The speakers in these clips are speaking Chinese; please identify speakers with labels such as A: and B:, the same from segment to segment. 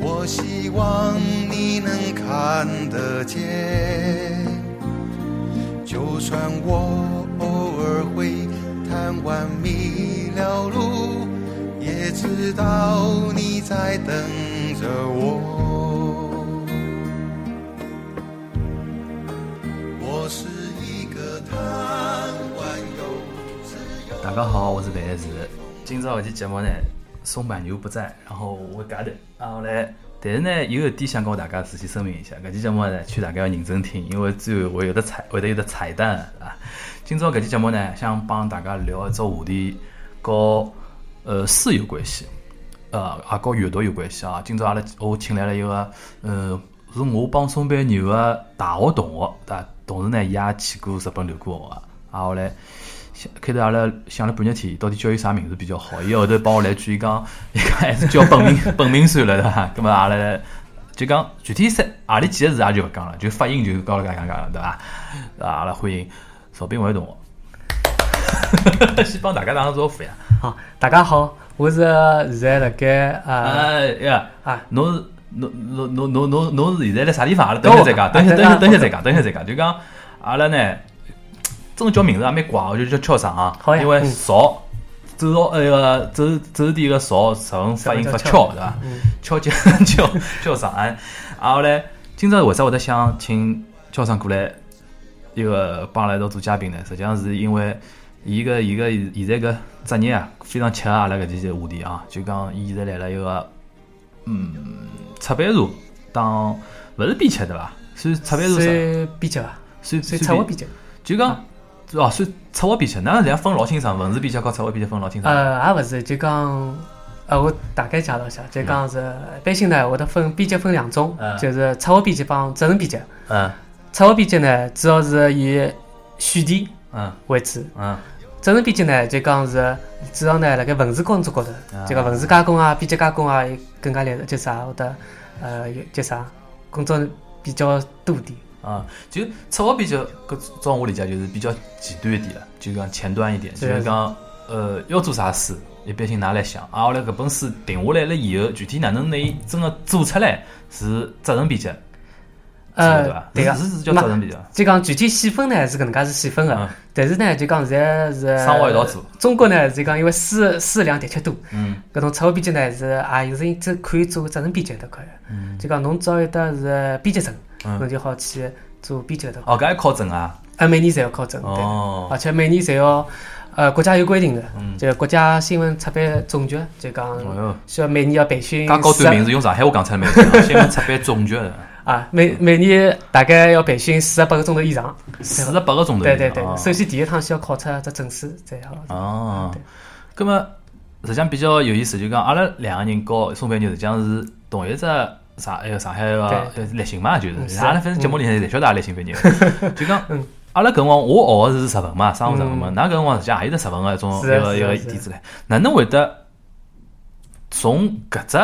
A: 我希望你能看得见。就算我偶尔会贪玩迷了路，也知道你在等着我。我是一个贪玩又自由。
B: 大家好，我是范石。今朝搿期节目呢，松板牛不在，然后我家头，啊后来，但是呢，有一点想跟大家事先声明一下，搿期节目呢，劝大家要认真听，因为最后会有的彩，会得有的彩蛋啊。今朝搿期节目呢，想帮大家聊一只话题，和呃书有关系，呃也和阅读有关系啊。今朝阿拉我请来了一个，呃，是我帮松板牛个大学同学，对伐？同时呢，伊也去过日本留过学啊，啊后来。想开头阿拉想了半日天，到底叫伊啥名字比较好？伊后头帮我来句，伊讲 伊讲还是叫本名本名算 了，对伐？咁么阿拉来就讲具体是何里几个字，阿拉就勿讲了，就发音就告大家讲了，对伐？啊，阿拉欢迎邵兵伟同学， 先帮大家打个招呼呀。
C: 好，大家好，我是现在辣盖啊，
B: 哎呀，
C: 啊，
B: 侬是侬侬侬侬侬侬是现在辣啥地方？阿拉啊等歇再
C: 哦
B: 讲，等歇等歇等歇再讲，等歇再讲，就讲阿拉呢，真个叫名字也蛮怪，我就叫敲上啊
C: 好，呀
B: 因为
C: 嗯
B: 邵呃走到那个走走地个邵，日文发音发敲对伐？
C: 嗯
B: 敲击敲 敲上岸，然后嘞，今朝为啥会得想请敲上过来？一个帮阿拉一道做嘉宾呢，实际上是因为伊个伊个现在个职业啊，非常切合阿拉搿期话题啊，就讲伊现在来了一个嗯出版社当勿是编辑对伐？算出版社啥
C: 算编辑伐？
B: 算
C: 算策
B: 算
C: 划
B: 编
C: 编辑，
B: 就讲哦算策划编辑，那实际上分老清爽，文字编辑和策划编辑分老清爽。
C: 呃，也勿是，就讲呃，我大概介绍一下，就讲是一般性呢，会得分编辑分两种
B: 嗯，
C: 就是策划编辑帮责任编辑。
B: 嗯
C: 策划编辑呢，主要是以选题
B: 嗯
C: 为主；
B: 嗯
C: 责任编辑呢，就讲是主要呢辣盖文字工作高头
B: 啊，
C: 就讲文字加工啊、编辑加工啊，更加来就啥会得呃有就啥工作比较多点。
B: 啊，就策划编辑搿照我理解就是比较极端一点了，就讲前端一点，就是是讲呃要做啥书，一般性拿来想，啊，后来搿本书定下来了以后，具体哪能拿伊真个做出来是责任编辑，是的对
C: 呃
B: 伐，？
C: 对个
B: 是是是叫
C: 那
B: 责任编辑伐，
C: 就讲具体细分呢是搿能介是细分
B: 嗯
C: 个，但是呢就讲现在是
B: 生活一道做。
C: 中国呢就讲因为书书量的确多，
B: 嗯
C: 搿种策划编辑呢是也有人只可以做责任编辑搿块
B: 嗯，
C: 就讲侬只要有得是编辑证，侬
B: 嗯，
C: 就好去做编辑搿块。
B: 哦，搿还考证啊？
C: 啊，每年侪要考证，对，
B: 哦
C: 而，且每年侪要，呃，国家有规定的
B: 嗯，
C: 就国家新闻出版总局就
B: 哦
C: 讲
B: 哟，
C: 需要每年要培训
B: 介高
C: 十
B: 端名字用上海话讲出来蛮像， 新闻出版总局的
C: 啊，每每年大概要培训四十八个钟头以上。
B: 四十八个钟头以
C: 对
B: 上。
C: 对对，
B: 哦
C: 首先第一趟需要考出只证书才好。
B: 哦咁
C: 对，
B: 么实际上比较有意思，就讲阿拉两个人和宋飞牛实际上是同一只上哎个上海个
C: 对
B: 呃类型嘛，就
C: 嗯
B: 是
C: 是
B: 阿拉反正节目里向侪晓得阿拉类型飞牛， 就讲
C: 嗯
B: 阿拉搿辰光我学个是日文嘛，生活日文嘛，
C: 嗯
B: 㑚搿辰光实际上也有只日文个一种一
C: 是的
B: 个一
C: 是
B: 个
C: 啊的是的
B: 底子唻，哪能会得从搿只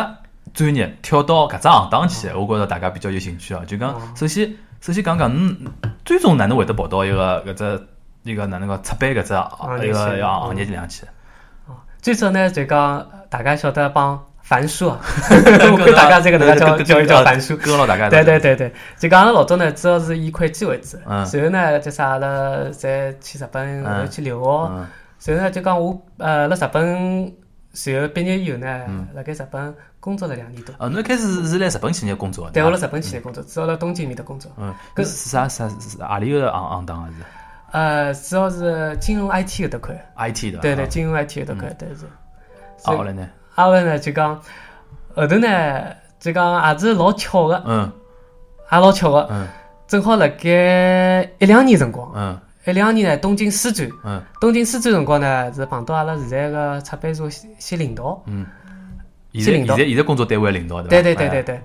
B: 专业跳到搿只行当去？我觉着大家比较有兴趣哦，就讲
C: 哦
B: 首先首先讲讲嗯，最终哪能会得跑到一个搿只。一个哪能个出版搿只
C: 行
B: 一
C: 业
B: 个
C: 去
B: 一个
C: 嗯
B: 行业里向去，
C: 最早呢，就讲大家晓得帮樊 书啊，
B: 我
C: 我跟大家这个能叫叫一叫樊书。
B: 跟牢大家。
C: 对对对对，就讲阿拉老早呢，主要是以会计为主，
B: 嗯
C: 然后呢，就啥阿拉再去日本，然后去留学，
B: 嗯
C: 然后呢，就讲我呃辣日本，然后毕业以后
B: 嗯
C: 呢，辣盖日本工作了两年多，
B: 啊，侬一开始是来日本企业工作的？
C: 对，我辣
B: 吧
C: 日本企业工作，主要辣东京面搭工作，
B: 嗯，搿是啥啥是何里个行行当啊？是
C: 呃，主要是金融 IT 搿搭块，
B: IT 的。
C: 对对，
B: 啊。
C: 金融 IT 搿搭块，对是。
B: 啊
C: 所以
B: 后来呢？
C: 阿文呢就讲，后头呢就讲也是老巧个，
B: 嗯
C: 也老巧个，
B: 嗯
C: 正好辣盖一两年辰光，
B: 嗯
C: 一两年呢东京书展，
B: 嗯
C: 东京书展辰光呢是碰到阿拉现在个出版社些领导，
B: 嗯。现
C: 是
B: 在
C: 领
B: 现
C: 导
B: 在现在工作单位的领导对
C: 对
B: 吧？
C: 对对
B: 哎
C: 对。对，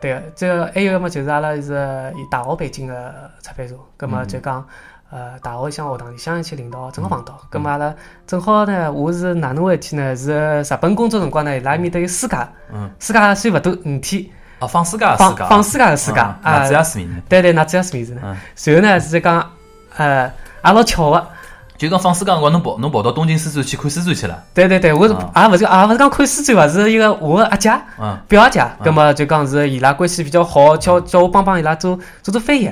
C: 对个，最后还有个么就是阿拉是以大学背景个出版社，葛
B: 嗯
C: 么就讲呃大学里向学堂里向一些领导正好碰到，葛么阿拉正好呢，我是哪能回去呢？是日本工作辰光呢，伊拉埃面搭有暑假，
B: 嗯，
C: 暑假虽勿多五天，
B: 啊，放暑假，
C: 放
B: 假，
C: 放暑假个暑假
B: 啊，
C: 啊
B: 只，要是呢，
C: 对啊对，那主要是名字呢
B: 嗯。
C: 随后呢是讲呃也老巧个。
B: 就讲放暑假辰光，侬跑侬跑到东京四川去看四川去了，
C: 对对对，我是
B: 啊
C: 也勿是也勿是讲看四川伐，是一个我个阿姐
B: 嗯，
C: 表阿姐，葛么就讲是伊拉关系比较好，叫叫我帮帮伊拉做做做翻译，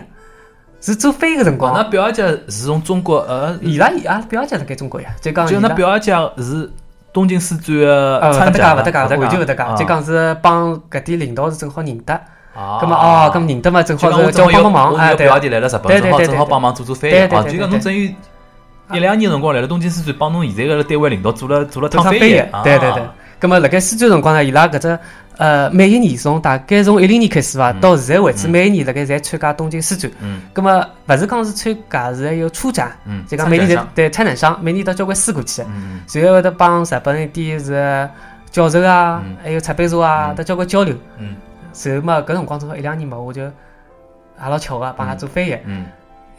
C: 是做翻译个辰
B: 哦，那
C: 光，
B: 表阿姐是从中国呃，
C: 伊拉伊拉表阿姐辣盖中国呀，就讲伊
B: 就
C: 拉
B: 那表阿姐是东京四川的
C: 呃勿
B: 参
C: 搭
B: 加
C: 界勿搭界，完全勿搭
B: 啊
C: 界，就讲是帮搿点领导是正好认得，
B: 啊，
C: 葛么哦，葛么认得嘛，正
B: 就
C: 好
B: 讲我
C: 是叫
B: 正
C: 我
B: 好有
C: 帮帮忙，
B: 我
C: 哎
B: 有
C: 对
B: 表阿。弟来了日本，
C: 对
B: 正好
C: 对对
B: 正好帮忙做做翻译
C: 对
B: 啊，
C: 对
B: 就
C: 对
B: 讲
C: 对
B: 侬等于一两年辰光来了东京四川，帮侬现在个单位领导做了做了
C: 做
B: 趟
C: 上
B: 翻
C: 译
B: 啊，
C: 对对对。咁么，辣盖四川辰光呢，伊拉搿只呃每一年从大概从一零年开始伐，到现在为止，每一年辣盖侪参加东京四川。
B: 嗯。
C: 咁么，勿是讲是参加，是还有车展，
B: 嗯，
C: 就讲每
B: 参
C: 年侪
B: 展商
C: 对参展商，每年到交关书过去，
B: 嗯，
C: 随后会得帮日本一点是教授啊
B: 嗯，
C: 还有出版社啊，
B: 嗯
C: 得交关交流。
B: 嗯
C: 随后嘛，搿辰光正好一两年嘛，我就也老巧个帮他做翻译。
B: 嗯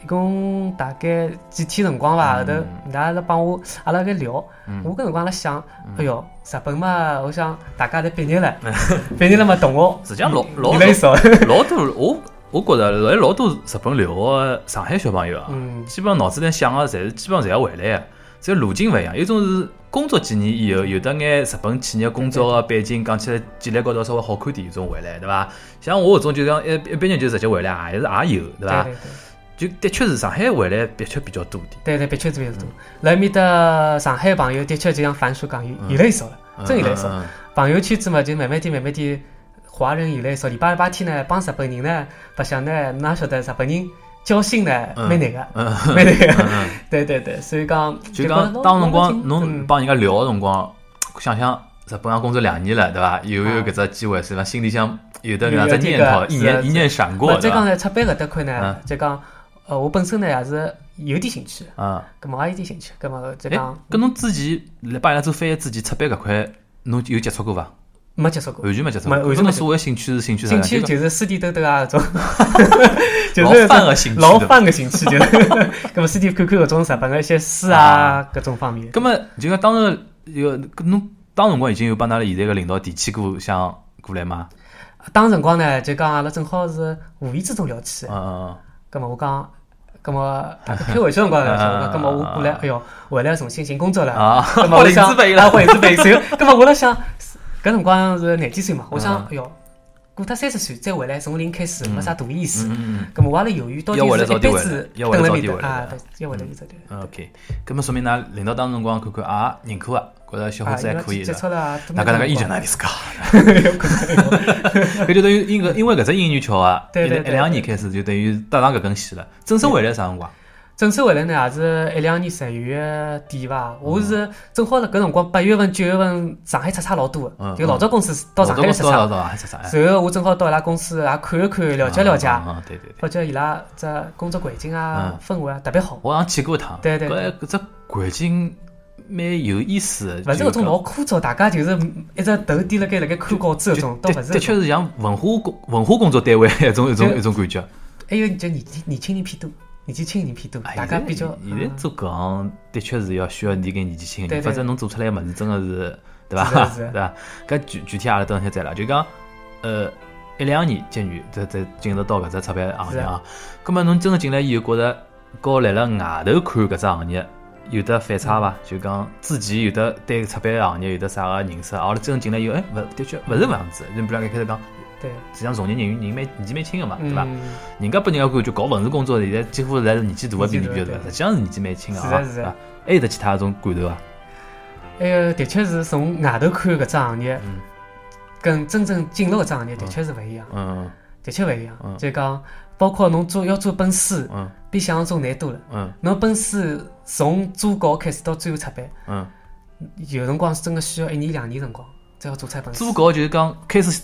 C: 一共大概几天辰光伐，后头
B: 嗯
C: 伊拉辣帮我阿拉搿聊，
B: 嗯
C: 我搿辰光辣想，哎哟，日本嘛，我想大家侪毕业了， 毕业了嘛，同学
B: 实际上老嗯老
C: 越来越少，
B: 老多我我觉着来老多日本留学的上海小朋友啊，
C: 嗯
B: 基本上脑子里想个侪是基本上侪要回来个，只路径勿一样，有种是工作几年以后，有的眼日本企业工作个背景，讲起来简历高头稍微好看点，有种回来，对伐？像我搿种就讲一一毕业就直接回来，也是也有，对
C: 对
B: 伐
C: 对？
B: 就的确是上海回来的确比较多点，
C: 对对对，的确是比较多。辣埃面搭上海朋友的确就像樊叔讲，越越来越少了，真越来越少。
B: 嗯嗯嗯
C: 朋友圈子嘛，就慢慢点慢慢点，华人越来越少。礼拜六礼拜天呢，帮日本人呢，白相呢，哪晓得日本人交心呢，
B: 嗯
C: 蛮难个，
B: 嗯
C: 蛮难
B: 嗯
C: 个。
B: 嗯
C: 对对对，所以讲
B: 就
C: 觉
B: 讲
C: 得哦
B: 当辰
C: 老
B: 光
C: 老
B: 侬
C: 嗯
B: 帮人家聊个辰光，想想日本上工作两年了，对伐？有没有
C: 啊
B: 搿只机会，是伐？心里想有的搿
C: 有
B: 样
C: 有
B: 只
C: 这
B: 念
C: 个
B: 头，一
C: 是
B: 年
C: 是
B: 一念闪
C: 勿
B: 过，对
C: 再讲
B: 伐？
C: 呢，出版搿搭块呢
B: 嗯，
C: 就讲呃，我本身呢也是有点兴趣，
B: 嗯，
C: 搿么也有点兴趣，搿么就
B: 哎
C: 讲，
B: 搿侬之前来帮伊拉做翻译之前，出版搿块，侬有接触过伐？
C: 没接触过。
B: 完全没接触过。
C: 没完全
B: 搿侬
C: 没
B: 所谓兴趣是兴趣啥
C: 兴
B: 样？
C: 趣
B: 就
C: 就是私底兜 兜啊，搿种，就
B: 老
C: 是
B: 泛个兴趣
C: 老
B: 对伐
C: 泛个兴趣，就是， 搿么私底看看搿种日本个一些书啊，搿种方面。
B: 搿么就讲当时有搿侬当辰光已经有帮㑚现在个领导提起过想过来吗？
C: 当辰光呢，就讲阿拉正好是无意之中聊起
B: 嗯，嗯
C: 葛么我讲，葛么大概开玩笑辰光聊
B: 啊
C: 起，我讲葛么我过来，哎哟，回来重新寻工作
B: 嗯
C: 了，
B: 啊，
C: 咁么
B: 好
C: 我
B: 领
C: 想
B: 子拨伊
C: 啊
B: 拉
C: 我。领子背随后，咁么我辣想，搿辰光是廿几岁嘛，我想
B: 嗯，
C: 哎哟，过脱三十岁再回来从零开始，
B: 嗯
C: 没啥大意
B: 嗯。
C: 思
B: 嗯嗯
C: 咁么我也辣犹豫，到底
B: 要回来
C: 是一
B: 早点
C: 辈
B: 回来
C: 子
B: 要回来
C: 蹲辣
B: 早
C: 面
B: 点回来
C: 搭啊，对，要回来就早点。
B: OK，搿么说明㑚领导当时辰光看看啊，认可啊，觉着小伙
C: 啊，
B: 子还可以
C: 接
B: 的。
C: 触了啊，
B: 大家大家意见
C: 呢？
B: 哪里自家？搿就等于因个因为搿只因缘巧合，一
C: 对对对
B: 一两年开始就等于搭上搿根线了。正式回来啥辰光？
C: 正式回来呢，也是一两年十一月底伐。我是正好辣搿辰光八月份、九月份，上海出差老多
B: 嗯
C: 个，就老早公司到上海来出
B: 到到
C: 差，
B: 到还是啥？哎
C: 然后我正好到伊拉公司也看一看，了解了解，
B: 嗯嗯嗯对对对，
C: 发觉伊拉只工作环境啊、氛围啊特别好。
B: 我好像去过一趟。
C: 对对
B: 搿搿只环境蛮有意思的。
C: 勿是
B: 就
C: 搿种老枯燥，大家就是一只头低辣盖辣盖看稿子搿
B: 就
C: 种，倒
B: 的
C: 勿是
B: 的
C: 搿
B: 确
C: 种。
B: 是像文化工文化工作单位一种一种
C: 就
B: 一种感觉。
C: 还有哎就年纪年轻人偏多，年纪轻人偏多，
B: 哎
C: 大家比较
B: 现在
C: 嗯
B: 做搿行的确是要需要你跟年纪轻
C: 对
B: 人，
C: 对
B: 否则侬做出来个物事真个是，对
C: 是
B: 伐
C: 的？是
B: 对
C: 的
B: 伐？搿具具体阿拉等歇再聊，就讲呃一两年进入，再再进入到搿只出版行业啊。葛末侬真个进来以后，觉着和来了外头看搿只行业有得反差
C: 嗯
B: 伐？就讲之前有得对出版行业有得啥个认识，阿拉真进来以后，哎，勿的确勿是搿样子。你比如讲一开始讲，
C: 对，
B: 实际上从业人员人蛮年纪蛮轻个嘛，对伐？
C: 嗯，
B: 人家拨人家感觉搞文字工作的，现在几乎侪是年纪大的比
C: 年纪
B: 年纪
C: 大
B: 大
C: 的
B: 的，实际上是年纪蛮轻的
C: 是的
B: 啊，
C: 是的
B: 吧？还有得其他种感头啊，
C: 还有哎的确是从外头看搿只行业
B: 嗯，
C: 跟真正进入搿只行业的确是勿一样，
B: 嗯
C: 的确勿一样
B: 嗯。
C: 就讲包括侬做要做本书，
B: 嗯
C: 比想象中难多了。
B: 嗯
C: 侬本书从做稿开始到最后出版，
B: 嗯，
C: 有辰光是真个需要一年两年辰光才要做出一本
B: 做
C: 书，
B: 稿就是讲开始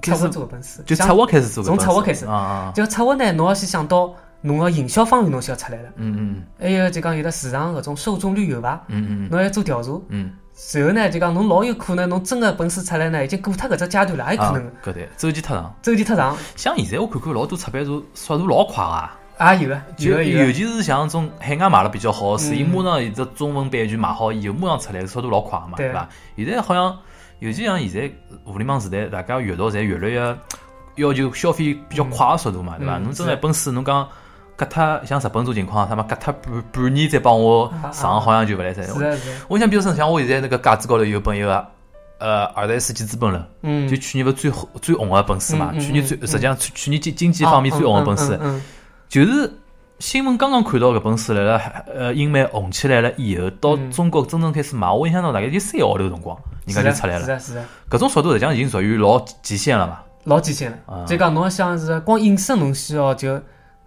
B: 开
C: 才
B: 始
C: 会做一本书，
B: 就
C: 像
B: 策划开始做搿
C: 从
B: 本事，
C: 策划开始
B: 啊啊，
C: 就策划呢，侬要先想到侬个营销方面侬先要出来了，
B: 嗯嗯
C: 还有就讲有的市场搿种受众率有伐？
B: 嗯嗯
C: 侬要做调查，
B: 嗯
C: 随后呢，就讲侬老有可能，侬真个本事出来呢，已经过脱搿只阶段了，也有可
B: 啊
C: 能，
B: 搿对，周期太长。
C: 周期太长，
B: 像现在我看看老多出版社速度老快啊，
C: 也有个，
B: 就
C: 有个有啊嗯
B: 尤
C: 个，
B: 其是像种海外卖了比较好的书，伊马上一只中文版权卖好以后，马上出来，速度老快嘛，
C: 对
B: 对伐？现在好像，尤其像现在互联网时代，大家阅读侪越来越要求消费比较快的速度嘛，对伐？
C: 嗯
B: 侬真
C: 是
B: 的一本书，侬讲隔脱像日本种情况，他妈隔脱半半年再帮我上，好像就勿来塞。
C: 是
B: 我
C: 个是啊个，
B: 我印象比较深，像我现在那个架子高头有本一个，呃，二十一世纪资本论。
C: 嗯，
B: 就去年勿最红最红个本书嘛，
C: 嗯嗯
B: 去年最
C: 嗯
B: 实际上去去年经经济方面最红个本
C: 啊
B: 书，
C: 嗯嗯嗯
B: 就是新闻刚刚看到搿本书来了，呃，英美红起来了以后，到
C: 嗯
B: 中国真正开始卖，我印象中大概就三个号头辰光，人
C: 嗯
B: 家
C: 是
B: 就
C: 个
B: 出来了，
C: 是个是
B: 搿
C: 个，
B: 种速度实际上已经属于老极限了嘛。
C: 老极限了
B: 啊。
C: 就讲侬要想是光印刷侬需要哦就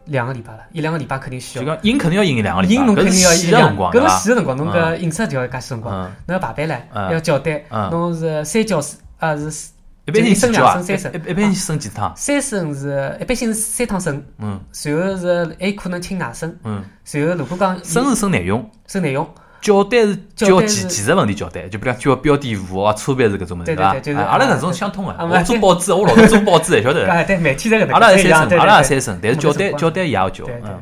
C: 两个礼拜了，一两个礼拜肯定需
B: 就
C: 要。
B: 讲印肯定要印两个礼拜，
C: 印侬啊肯
B: 搿
C: 定要
B: 是
C: 一
B: 死个
C: 两，
B: 辰光，
C: 搿
B: 对
C: 是
B: 伐
C: 死？个辰光，侬搿
B: 嗯
C: 印刷就要介许辰光，
B: 嗯，
C: 侬要排版唻，
B: 嗯
C: 要校对，
B: 嗯
C: 侬是三角是啊是
B: 一般性
C: 就一升
B: 几
C: 两
B: 啊
C: 升三升啊
B: 一一般性升几趟？
C: 三升是一般性是三趟升，
B: 嗯
C: 随后是还有可能请外升，
B: 嗯，
C: 随后如果讲
B: 升是升内容，
C: 升内容，
B: 交代是
C: 交
B: 交
C: 代
B: 技
C: 是
B: 技术问题交代，就比如讲交标点符号啊、车牌是搿种问题
C: 对对
B: 伐
C: 对就？是
B: 啊阿拉
C: 啊
B: 搿种
C: 对
B: 相通个
C: 啊，
B: 我做报纸，我老早 做报纸还晓得的。
C: 哎对，每天在搿能
B: 阿拉
C: 介
B: 也
C: 是一样
B: 三
C: 对
B: 省，
C: 对
B: 阿拉也
C: 对
B: 三省，但是交
C: 没
B: 代
C: 得辰光
B: 交代也要交，
C: 对对
B: 嗯，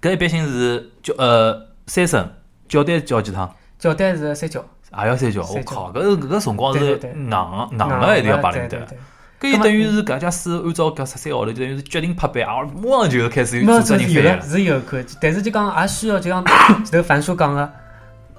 B: 搿一般性是交呃三省交代交几趟，
C: 校对是三角，
B: 也要三交。
C: 三
B: 我
C: 交
B: 靠，搿是搿个辰光
C: 对
B: 是
C: 对对
B: 硬的硬了一定要摆
C: 对
B: 里头
C: 对。对。
B: 搿伊等于是搿家书按照搿十三个号头，就等于是决定拍板，啊，马上就开始有
C: 没
B: 组织
C: 这是
B: 人翻
C: 有
B: 译
C: 的，
B: 了。
C: 是有可，但是就讲也需要，就像前头樊叔讲个，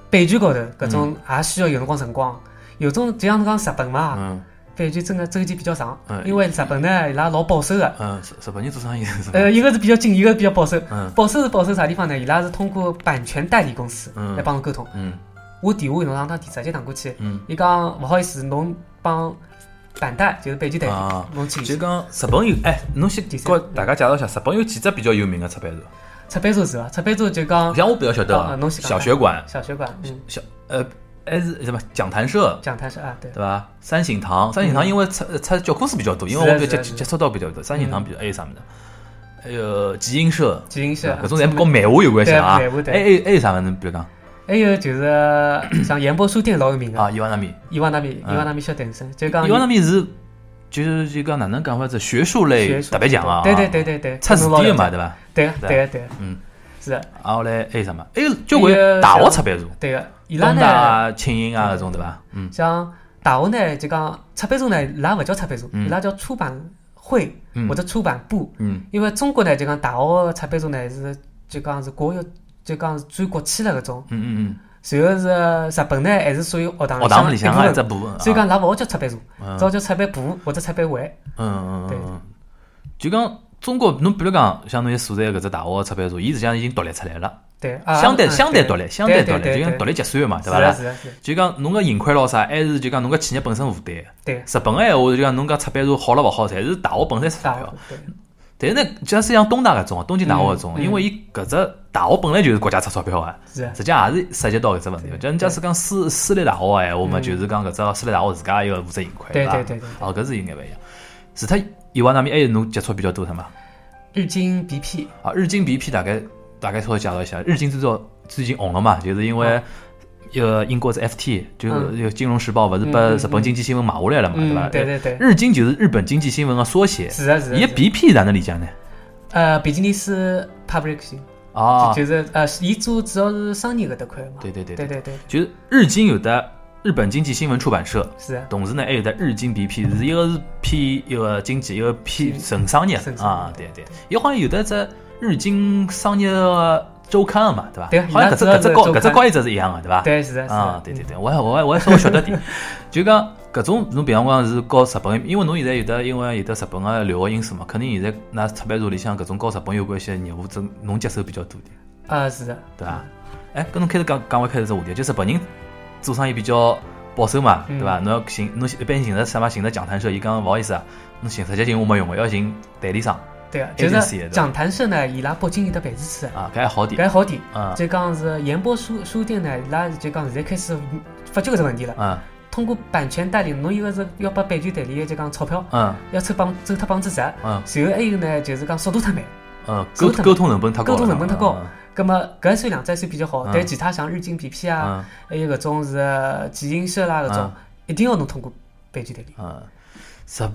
C: 版权高头搿种也需要有辰光辰光，有种就像讲日本嘛，
B: 嗯
C: 版权真个周期比较长，
B: 嗯
C: 因为日本呢伊拉老保守个，
B: 嗯，日日本人做生意是什么？
C: 呃，一个是比较紧，一个是比较保守。
B: 嗯
C: 保守是保守啥地方呢？伊拉是通过版权代理公司
B: 嗯
C: 来帮侬沟通。
B: 嗯
C: 我电话侬让他直接打过去，
B: 嗯。
C: 伊讲勿好意思，侬帮版代就是版权代
B: 啊
C: 理，侬去
B: 就
C: 联系。
B: 讲日本有哎，侬先
C: 第三
B: 告大家介绍一下，日本有几只比较有名的出版社？
C: 出版社是伐？出版社就讲
B: 像我比较晓得
C: 啊啊
B: 啊
C: 侬，先讲
B: 小学馆、
C: 小学馆，嗯，
B: 小呃还是什么讲坛社，
C: 讲坛是啊，对
B: 对伐？三省堂，三省堂因为出出教科书比较多，因为
C: 嗯是的
B: 我就接
C: 是的嗯
B: 接触到比较多。三省堂比较还有啥物事？还有集英社，
C: 集英社
B: 对吧搿种侪跟漫画有关系的啊。
C: 啊嗯对
B: 还
C: 漫画对
B: 还有还有啥物事？比如讲
C: 还有就是像盐波书店老有名
B: 啊，
C: 个，
B: 伊万纳米，
C: 伊万那边，伊
B: 嗯
C: 万那边小诞生，就讲
B: 伊万纳米是就是就讲哪能讲法子？学术类
C: 学术
B: 特别强啊。
C: 对对对对对，
B: 出字
C: 侬老
B: 典
C: 了
B: 的嘛，
C: 解，
B: 对伐？
C: 对个
B: 对
C: 对个对个，
B: 嗯，
C: 是的
B: 啊，后来还有啥么？还有交关
C: 还有
B: 大学
C: 像
B: 出版社，
C: 对个，伊拉
B: 东大
C: 呢
B: 啊、庆应啊搿种，对伐？嗯
C: 像大学呢就讲出版社呢，伊拉勿叫出版社，
B: 嗯
C: 伊拉叫出版会
B: 嗯
C: 或者出版部，
B: 嗯
C: 因为中国呢就讲大学的出版社呢是就讲是国有。就讲是最国企了搿种，
B: 嗯嗯
C: 随后是日本呢，还是属于学堂
B: 嗯，学堂里
C: 里
B: 向
C: 向
B: 啊
C: 的
B: 一只
C: 一部分，
B: 部分啊，
C: 所以讲，伊拉勿好叫出版社，
B: 嗯
C: 只好叫出版部或者出版会。
B: 嗯嗯
C: 对
B: 嗯嗯，就讲中国，侬比如讲，像侬现在所在搿只大学出版社，伊实际上已经独立出来了，
C: 对，啊
B: 相对
C: 嗯
B: 相对独立，相对独立，
C: 对
B: 就
C: 对
B: 讲
C: 对
B: 独立结算的嘛，
C: 是
B: 对伐
C: 的
B: 啦？
C: 是的啊是的，
B: 就讲侬个盈亏咯啥，还是就讲侬个企业本身负担。
C: 对的，
B: 日本个闲话就讲侬讲出版社好了勿好，侪是大学本身出
C: 大
B: 票。
C: 对
B: 但是呢，假使像东大搿种，东京大学搿种，
C: 嗯
B: 因为伊搿只大学本来就是国家出钞票个，
C: 是的，
B: 实际上也是涉及到搿只问题。就假使讲私私立大学个闲话嘛，
C: 嗯
B: 就是讲搿只私立大学自家一个负责盈亏，
C: 对
B: 伐
C: 对对对对
B: 哦，搿是应该勿一样。除脱以外，那面还有侬接触比较多什么？
C: 日经 BP
B: 啊，日经 BP 大概大概稍微介绍一下，日经最早最近红了嘛，就是因为呃英国是 FT，就是
C: 哦嗯
B: 有金融时报勿是
C: 嗯
B: 把
C: 嗯
B: 日本经济新闻买下来了嘛，
C: 嗯
B: 伐？
C: 对对对
B: 日经就是日本经济新闻个缩写，
C: 是的啊是的，
B: 伊
C: 是
B: 个
C: 的
B: BP 哪能理解呢？
C: 呃比基尼斯 Public
B: 啊，
C: 就是呃伊做主要是商业搿搭块嘛，
B: 对对对
C: 对，对对，
B: 就是日经有的日本经济新闻出版社。
C: 是啊的，
B: 同时呢，还有的日经 BP，是一个是偏一个经济，一个偏纯商业
C: 纯商业
B: 啊，对对，伊好像有的只日经商业周刊的嘛，对吧？
C: 对
B: 好像搿只
C: 伊
B: 搿
C: 拉主要
B: 只
C: 是
B: 高
C: 周
B: 搿
C: 刊
B: 只高一只是一样的，对吧？
C: 对是的是的，
B: 啊，对
C: 嗯
B: 对对，我还我还我还稍微晓得点， 就讲搿种侬平常讲是搞日本，因为侬现在有的因为有的日本个留学因素嘛，肯定现在那出版社里向搿种搞日本有关系的业务，真侬接手比较多点，
C: 啊是的，
B: 对伐？哎，跟侬开始讲讲回开始只话题，就日本人做生意比较保守嘛，
C: 嗯
B: 对伐？侬要寻侬一般寻着啥嘛，寻着讲谈社，伊讲勿好意思啊，侬寻直接寻我没用个，要寻代理商
C: 对啊，就是
B: Agency 的
C: 讲坛社呢，伊拉北京有得办事处的，
B: 啊，搿还好
C: 搿
B: 点，
C: 还好点。
B: 嗯
C: 就讲是盐波书书店呢，伊拉就讲现在开始发觉搿只问题了。
B: 嗯
C: 通过版权代理，侬一个是要拨版权代理的就讲钞票，
B: 嗯
C: 要抽帮走脱帮子赚，
B: 嗯
C: 随后还有呢就是讲速度太慢。
B: 嗯，沟
C: 是的
B: 沟通成本太高了，
C: 沟通成本太高
B: 嗯
C: 葛么搿算两只算比较好，但
B: 嗯
C: 其他像日经 BP 啊，
B: 嗯
C: 还有搿种是集英社啦搿种
B: 嗯，
C: 一定要侬通过班级代理。
B: 嗯，日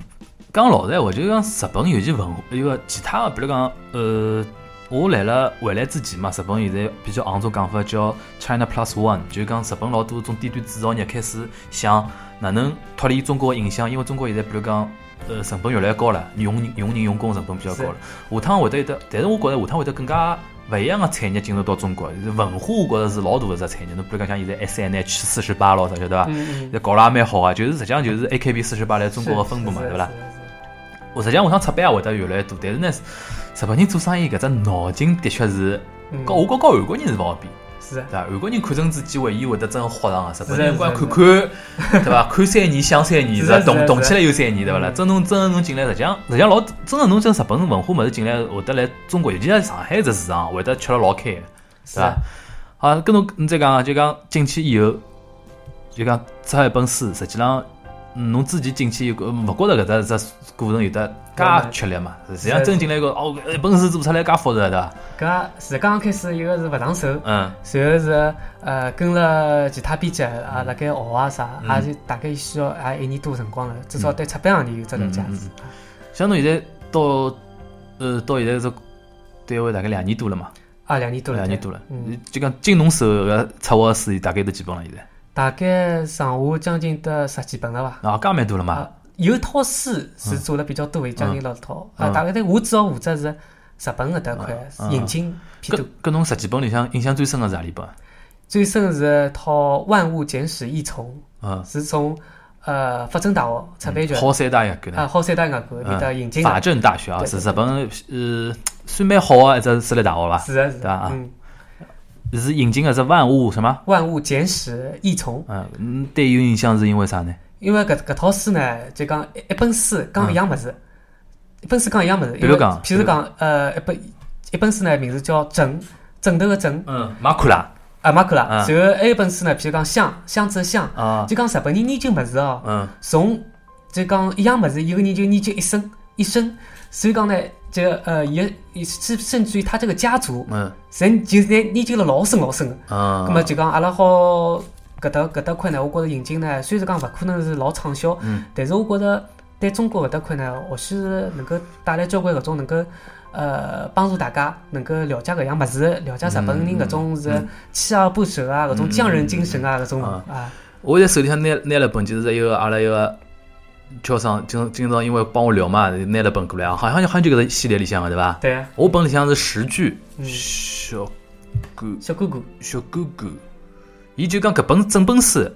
B: 讲老实闲话，就是讲日本尤其文化，一个其他的，比如讲呃。我来了回来之前嘛，日本现在比较昂种讲法叫 China Plus One，就是讲日本老多种低端制造业开始想哪能脱离中国的影响，因为中国现在比如讲呃成本越来越高了，用人用人用工成本比较高了。下趟会得有得，但是我觉着下趟会得更加勿一样的产业进入到中国，就是文化我觉着是老大的一只产业。侬比如讲像现在 S N H 四十八咯，啥晓得伐？
C: 嗯嗯，
B: 搞了也蛮好啊，就是实际上就是 AKB 四十八来中国的分部嘛，
C: 是
B: 对勿啦？？
C: 是是是是
B: 啊我实际上下趟出版也会得越来越多，但是呢，日本人做生意搿只脑筋的确是，
C: 嗯
B: 跟我觉跟韩国人是勿好比，
C: 是
B: 对伐？韩国人看政治机会，伊会得真豁上啊，日本
C: 是
B: 人
C: 是
B: 光
C: 是
B: 看看， 对伐？看三年想三年，
C: 是
B: 是伐？
C: 是
B: 动
C: 是
B: 动起来有三年，对伐啦？
C: 嗯
B: 真侬真的侬进来，实际上实际上老真的侬真日本文化物事进来，会得来中国，尤其是上海这市场，会得吃了老开的。
C: 是
B: 对
C: 啊
B: 伐？好，跟侬侬再讲啊，就讲进去以后，就讲出一本书，实际上嗯侬自己进去有个勿觉着搿只只过程有得
C: 老
B: 介
C: 难
B: 吃力嘛？实际上
C: 是
B: 真进来个哦，一本书做出来介复杂对伐？
C: 搿是刚刚开始，一个是勿上手，
B: 啊嗯
C: 随后是呃跟了其他编辑
B: 嗯
C: 啊辣盖学啊啥，也就大概需要也一年多辰光了，至少对出版行业有只了解
B: 嗯嗯嗯
C: 是。
B: 像侬现在到呃到现在这单位大概两年多了嘛，
C: 啊，两年多了，
B: 两年多了
C: 嗯，
B: 就讲进侬手个策划书大概都几本了现在
C: 大概上下将近得十几本了伐。
B: 啊，介蛮多了嘛
C: 啊，有一套书是做了比较多的，将近六套。
B: 嗯
C: 啊，大概但我主要负责是日本搿搭
B: 嗯
C: 块
B: 嗯
C: 引进偏
B: 搿
C: 多。
B: 搿侬十几本里向印象最深个是何里本？
C: 最深是一套《万物简史异虫
B: 嗯》，，
C: 是从呃法政大学出版权
B: 好三大呀，搿能
C: 啊，好三大外国面搭引进
B: 法
C: 的。
B: 政大学啊，
C: 对
B: 是
C: 对
B: 日本呃算蛮好啊的一只私立大学吧，
C: 是的，是
B: 对啊
C: 的，嗯，
B: 是引进了只万物什么？
C: 《万物简史异虫》，
B: 嗯嗯，对有印象是因为啥呢？
C: 因为搿搿套书呢，就讲一一本书讲一样物事，一本书讲一样物事。
B: 嗯比如
C: 因为
B: 讲
C: 譬如讲，呃，一本一本书呢，名字叫《枕》，枕头的枕，
B: 嗯，马库拉
C: 啊，马可啦。
B: 嗯
C: 然后还有一本书呢，譬如讲箱，箱子的箱，
B: 啊，
C: 就讲日本人研究物事哦，
B: 嗯
C: 从就讲一样物事，有个人就研究一生一生，所以讲呢，就呃也也甚甚至于他这个家族，
B: 嗯
C: 人就在研究了老深老深的。
B: 嗯，
C: 咁么就讲阿拉好搿搭搿搭块呢，我觉着引进呢，虽然讲勿可能是老畅销
B: 嗯，
C: 但是我觉着对中国搿搭块呢，或许是能够带来交关搿种能够呃帮助大家能够了解搿样物事，了解日本人搿种是锲而不舍啊，搿种匠人精神啊，搿种
B: 啊
C: 啊，
B: 我现在手里向拿拿了本，就是一个阿拉一个侨生，今今朝因为帮我聊嘛，拿了本过来啊，好像好像就搿个系列里向个对伐？
C: 对啊，
B: 我本里向是十句
C: 嗯
B: 小狗
C: 小哥哥，
B: 小狗狗，伊就讲搿本整本书，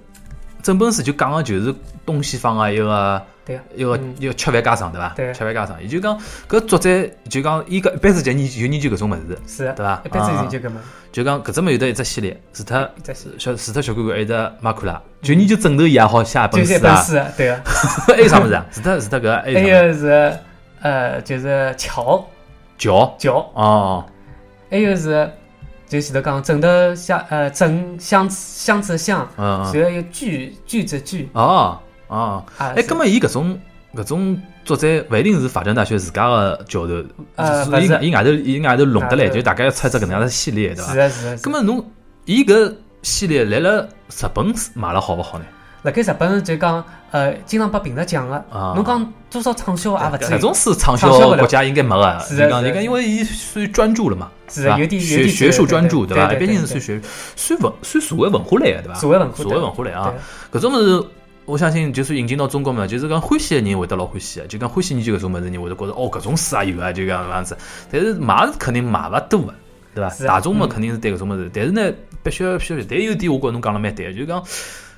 B: 整本书就讲个就是东西方个一个
C: 对啊，
B: 一个
C: 嗯
B: 一个吃饭家常对伐？
C: 对
B: 吃饭家常，伊就讲搿作者就讲伊搿一般是就研就研究搿种物事，
C: 是啊
B: 对，伐？
C: 一般
B: 啊
C: 是就搿么，
B: 就讲搿只么有得一只系列，除脱
C: 一只是
B: 小除脱小狗狗，还有得马库拉，就研究枕头伊也好写一
C: 就
B: 本
C: 是一
B: 书
C: 本
B: 啊，
C: 书啊，对啊，
B: 还有啥物事啊？除脱除脱搿还
C: 还
B: 有啥物事？
C: 有是呃就是桥
B: 桥
C: 桥。
B: 哦，
C: 还有是，就前头讲枕头箱，呃，枕箱子箱子箱，
B: 嗯嗯
C: 然后有锯锯子锯
B: 哦哦，
C: 啊。
B: 哎，搿么伊搿种搿种作者勿一定是法政大学自家个教授，
C: 呃
B: 所以
C: 勿是
B: 伊伊外头伊外头弄得来，
C: 外头
B: 就大概要出一只搿能样子系列，对
C: 是
B: 伐
C: 是？的是的。啊
B: 咁么侬伊搿系列来了日本卖了好勿好呢？
C: 辣盖日本就讲，呃，经常被评论讲个
B: 啊，
C: 侬讲多少畅销啊也勿至
B: 搿
C: 于，
B: 种书畅
C: 畅销
B: 销
C: 勿了
B: 国家应该没啊个，
C: 是
B: 就
C: 的
B: 讲
C: 是的
B: 应该因为伊算专注了嘛，
C: 是
B: 吧
C: 的有点有
B: 学
C: 点
B: 学术专注
C: 对
B: 伐？
C: 对
B: 毕
C: 对
B: 竟是
C: 对
B: 算学算文算社会文化类个对伐？
C: 社会文化
B: 社
C: 对
B: 会文化类啊
C: 对，
B: 搿种物事。我相信，就是引进到中国嘛，就是讲欢喜的人会得老欢喜啊的，就讲欢喜研究搿种物事，人会得觉得哦，搿种书也有啊，就讲搿样子。但是买是肯定买勿多的，对伐？
C: 是
B: 大众嘛
C: 嗯
B: 肯定是对搿种物事，但是呢，必须必须，但有一点我觉得侬讲了蛮对，就讲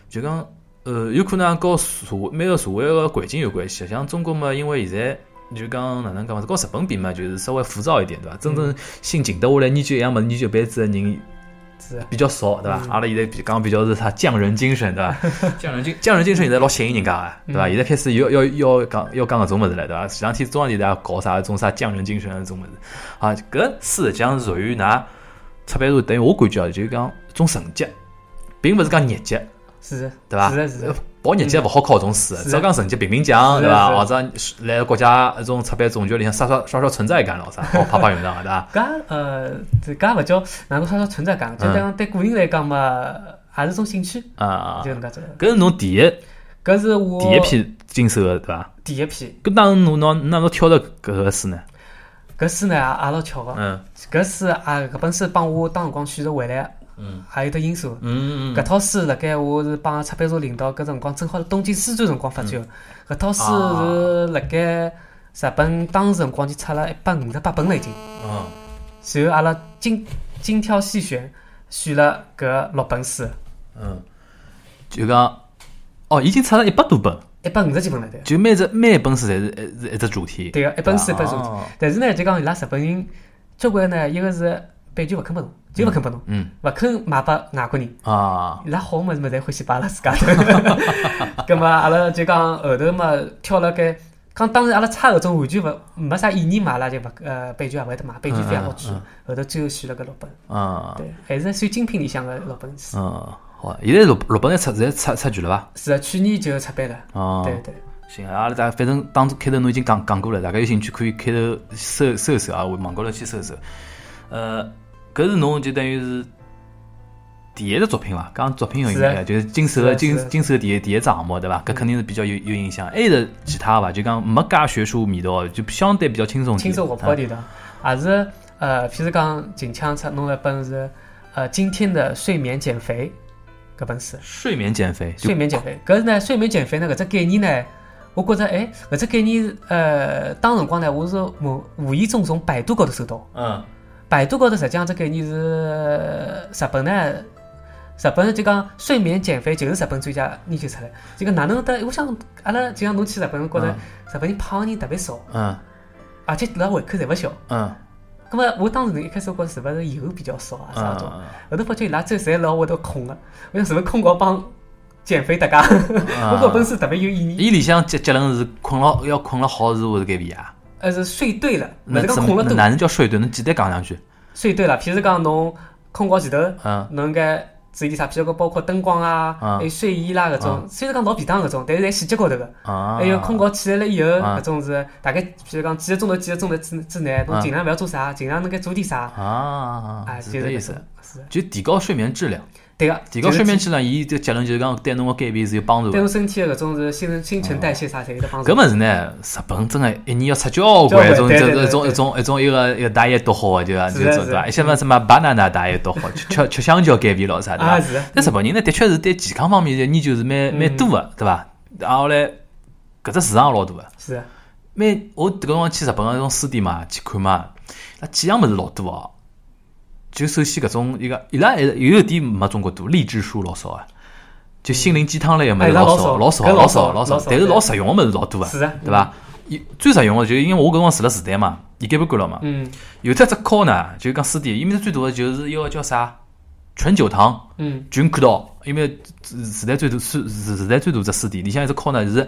B: 就讲呃，有可能跟社会每个社会个环境有关系。啊像中国嘛，因为现在就讲哪能讲嘛，跟日本比嘛，就是稍微浮躁一点，对伐？真
C: 嗯
B: 正心静得下来研究一样物事研究一辈子的人
C: 是啊的
B: 比较少，对伐？
C: 嗯
B: 阿拉现在比讲比较是啥匠人精神，对 伐？匠人精匠人精神现在老吸引人家啊，对伐？
C: 嗯
B: 现在开始要要要讲要讲搿种物事了，对伐？前两天中央电台搞啥种啥匠人精神搿种物事啊，搿事实际上属于㑚出版社等于我感觉啊，就是讲一种成绩，并勿是讲业绩，
C: 是的，
B: 对伐？
C: 是的，是的，嗯
B: 跑业绩勿好靠搿种书，只要讲成绩评评奖，
C: 是
B: 对伐？
C: 是
B: 或者来国家一种出版总局里向刷刷刷刷存在感咯，啥好派派用场，对伐？
C: 搿呃，搿也勿叫哪能说叫存在感，
B: 嗯
C: 就讲对个人来讲嘛，也是种兴趣，
B: 啊啊，
C: 就能介做。
B: 搿是侬第一
C: 搿是我
B: 第一批经手的，对伐？
C: 第一批，
B: 搿当时侬哪哪能挑着搿个书呢？
C: 搿书呢也也老巧个，
B: 嗯
C: 搿书啊搿本书帮我当辰光选择回来，也有得因素。
B: 嗯
C: 搿套书辣盖我是帮出版社领导搿辰光正好是东京书展辰光发展
B: 嗯
C: 的，搿套书是辣盖日本当时辰光就出了一百五十八本了已经。
B: 嗯
C: 随后阿拉精精挑细选，选了搿六本书，
B: 嗯，就讲哦，已经出了一百多本，
C: 一百五十几本了对。
B: 就每只每一本书侪是一是一只主题。
C: 对个，一本书一本书
B: 哦。
C: 但是呢，就讲伊拉日本人交关呢，一个是版权勿肯拨侬，就勿肯拨侬，
B: 嗯
C: 勿肯卖拨外国人。
B: 啊，
C: 伊拉好物事么侪欢喜摆阿拉自家 头，葛末阿拉就讲后头嘛挑了该，讲当时阿拉差搿种完全勿没啥意义嘛，阿拉就勿呃版权也勿会得买，版权费也好贵
B: 嗯嗯嗯，
C: 后头最后选了搿六本，
B: 嗯
C: 对，还是算精品里向个六本书，
B: 嗯，好，现在六六本侪出侪出出全了伐？
C: 是的，去年就出版了，
B: 哦，
C: 对对，
B: 行，阿拉大反正当初开头侬已经讲讲过了，大家有兴趣可以开头搜搜搜啊，网高头去搜搜。呃，搿是侬就等于是第一个作品伐？讲作品有影
C: 是
B: 响，
C: 的
B: 就是经手
C: 是的
B: 经
C: 是的
B: 经手第一第一只项目对伐？搿肯定是比较有有影响。还有的其他伐？就讲没介学术味道，就相对比较轻松
C: 轻松活泼
B: 点。啊
C: 点的，
B: 嗯
C: 也是呃，譬如讲近腔出弄了本是呃今天的睡眠减肥搿本书。
B: 睡眠减肥，就
C: 睡眠减肥，搿是呢，睡眠减肥呢搿只概念呢，我觉着哎，搿只概念呃，当辰光呢，我是无无意中从百度高头搜到，
B: 嗯
C: 百度高头实际上这概念是呃日本呢，日本就讲睡眠减肥就是日本专家研究出来，就讲哪能得，我想阿拉就像侬去日本，觉着
B: 嗯
C: 日本人胖的人特别少，
B: 嗯
C: 而且辣胃口侪勿小。
B: 嗯
C: 葛末我当时一开始我觉着是勿是油比较少啊啥种，
B: 嗯
C: 后头发觉伊拉最侪老会得空个，我想是勿是空搞帮减肥搭界？
B: 嗯
C: 我搿本书特别有意义，
B: 伊里向结结论是困了要困了好是会是减肥啊？
C: 呃是睡对了，勿
B: 那
C: 是讲
B: 怎
C: 困
B: 么
C: 了多，
B: 哪能叫睡对？侬简单讲两句。
C: 睡对了。譬如讲侬困觉前头，
B: 嗯
C: 侬应该注意点啥？譬如讲包括灯光啊，
B: 嗯
C: 还有睡衣啦搿种，虽然讲老便当搿种，但是在细节高头个。
B: 啊，
C: 还有困觉起来了以后，
B: 啊
C: 搿种是大概譬如讲几个钟头、几个钟头之之内，侬
B: 啊
C: 尽量勿要做啥，尽量能够做点啥，
B: 啊
C: 啊，
B: 是
C: 就
B: 搿
C: 是
B: 意
C: 搿
B: 思
C: 种，，是的
B: 就提高睡眠质量，
C: 对个，
B: 提高睡眠
C: 就是
B: 质量，伊这结论就是讲对侬个减肥是有帮助
C: 对
B: 的
C: 侬。身体的搿种是新陈新陈代谢啥侪有得帮助
B: 搿。物事呢，日本真个一年要出交关一
C: 交
B: 种
C: 关
B: 一
C: 对
B: 种
C: 对
B: 一
C: 对
B: 种
C: 对
B: 一种一种一个一个大爷多好啊，就啊
C: 是
B: 就
C: 的
B: 种
C: 是
B: 对伐？
C: 的
B: 一些么什么 banana 大爷多好，吃吃吃香蕉减肥咯啥对伐
C: 啊？是的
B: 但日本人呢，的确是对健康方面的研究是蛮蛮多个，对伐？然后嘞，搿只市场也老大个。
C: 是的，
B: 每我搿辰光去日本个种书店嘛，去看嘛，那几样物事老多哦。就首先搿种一个，伊拉还是有一点没中国多，励志书老少啊，就心灵鸡汤类个物事
C: 哎那
B: 老
C: 老
B: 少，
C: 少
B: 老少，
C: 搿
B: 老少，
C: 老少
B: 老少
C: 老，少
B: 但是
C: 对
B: 老实用个物事老多啊，
C: 是啊
B: 对伐？伊最实用个就是因为我搿辰光住辣时代嘛，伊改版过了嘛，
C: 嗯
B: 有只只考呢，就是讲书店，伊面最大个就是一个叫啥纯酒堂，
C: 嗯，
B: 军看到，因为时代最大时时代最大只书店，里向一只 corner 是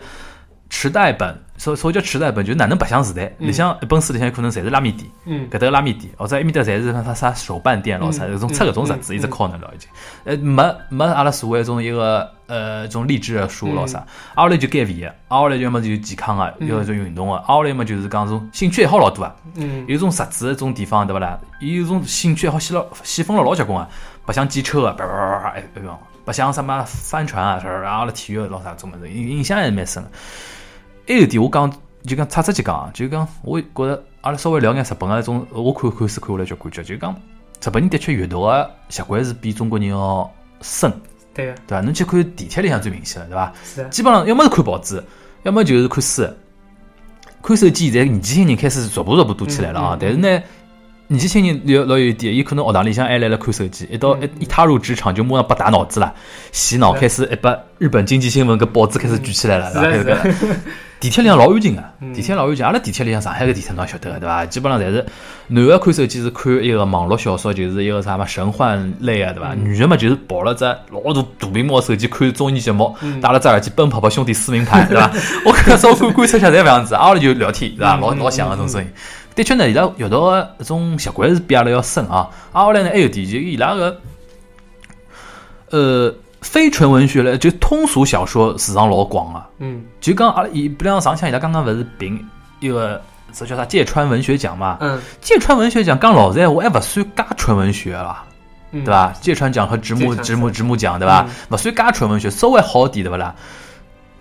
B: 池袋本，所所谓叫池袋本，就是哪能白相时代，里向一本书里向可能侪是拉面店，
C: 嗯
B: 搿搭拉面店，或者埃面搭侪是啥啥手办店咯，
C: 嗯
B: 啥搿种
C: 嗯
B: 出搿种
C: 嗯
B: 杂志，一只
C: 嗯
B: corner 了已经，呃，没没阿拉所谓种一个呃种励志的书咯啥，挨下来就减肥的，挨下来就要么就是健康个，要么就运动个，挨下来么就是讲种兴趣爱好老多啊。
C: 嗯，
B: 有种杂志的种地方对勿啦？伊有种兴趣爱好细了细分了老结棍啊，白相机车啊，叭叭叭叭，哎哎呦，白相什么帆船啊，啥啥了体育老啥种物事，印印象还蛮深的。还有一点我讲就讲插只去讲啊，就讲我觉着阿拉稍微聊眼日本个种，我看看书看下来就感觉，就讲日本人的确阅读个习惯是比中国人要深，
C: 对个，
B: 对伐？侬去看地铁里向最明显了，对伐？
C: 是的，
B: 基本上要么 是看啊报纸，要么就是看书。看手机现在年纪轻人开始逐步逐步多起来了啊，
C: 嗯嗯
B: 但是呢，年纪轻人有老有一点，伊可能学堂里向还来了看手机，一到
C: 嗯
B: 一一踏入职场就马上被打脑子了，洗脑
C: 是
B: 开始一把日本经济新闻跟报纸开始举起来了，
C: 是啊
B: 对吧
C: 的，是的，
B: 地铁里向老安静个，
C: 嗯
B: 地铁老安静。阿拉地铁里向上海个地铁侬也晓得个对伐？基本上侪是男个看手机是看一个网络小说，就是一个啥嘛神幻类啊个对
C: 嗯
B: 伐？女个嘛就是抱了只老大大屏幕个手机看综艺节目，
C: 嗯
B: 戴嗯了只耳机奔跑吧兄弟撕名 牌对伐？我看稍观观察下侪搿样子，阿拉就聊天对伐？
C: 嗯
B: 老
C: 嗯
B: 老响个种声音。的确呢，伊拉阅读个种习惯是比阿拉要深啊。阿拉呢还有点，就伊拉个呃非纯文学类，就通俗小说市场老广啊。
C: 嗯
B: 就讲阿拉伊，比方上抢伊拉刚刚勿是评一个，这叫啥芥川文学奖嘛？
C: 嗯
B: 芥川文学奖讲老实闲话，还勿算介纯文学啦。
C: 嗯，
B: 对伐？芥川奖和直木
C: 芥川嗯
B: 直木直木奖，对伐？勿算介纯文学，稍微好点，对勿啦？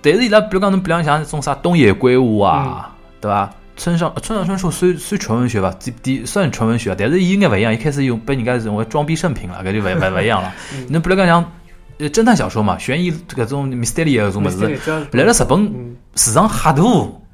B: 但是伊拉比如讲侬比方像那种啥东野圭吾啊，
C: 嗯
B: 对伐？村上村上春树算算纯文学伐？点点算纯文学，啊但是伊应该勿一样，一开始用被人家认为装逼圣品了，搿就勿勿勿一样了
C: 嗯。
B: 侬比如讲像呃侦探小说嘛，悬疑搿种 mystery 啊搿种物事，
C: 事
B: 来了日本
C: 嗯，
B: 市场吓大。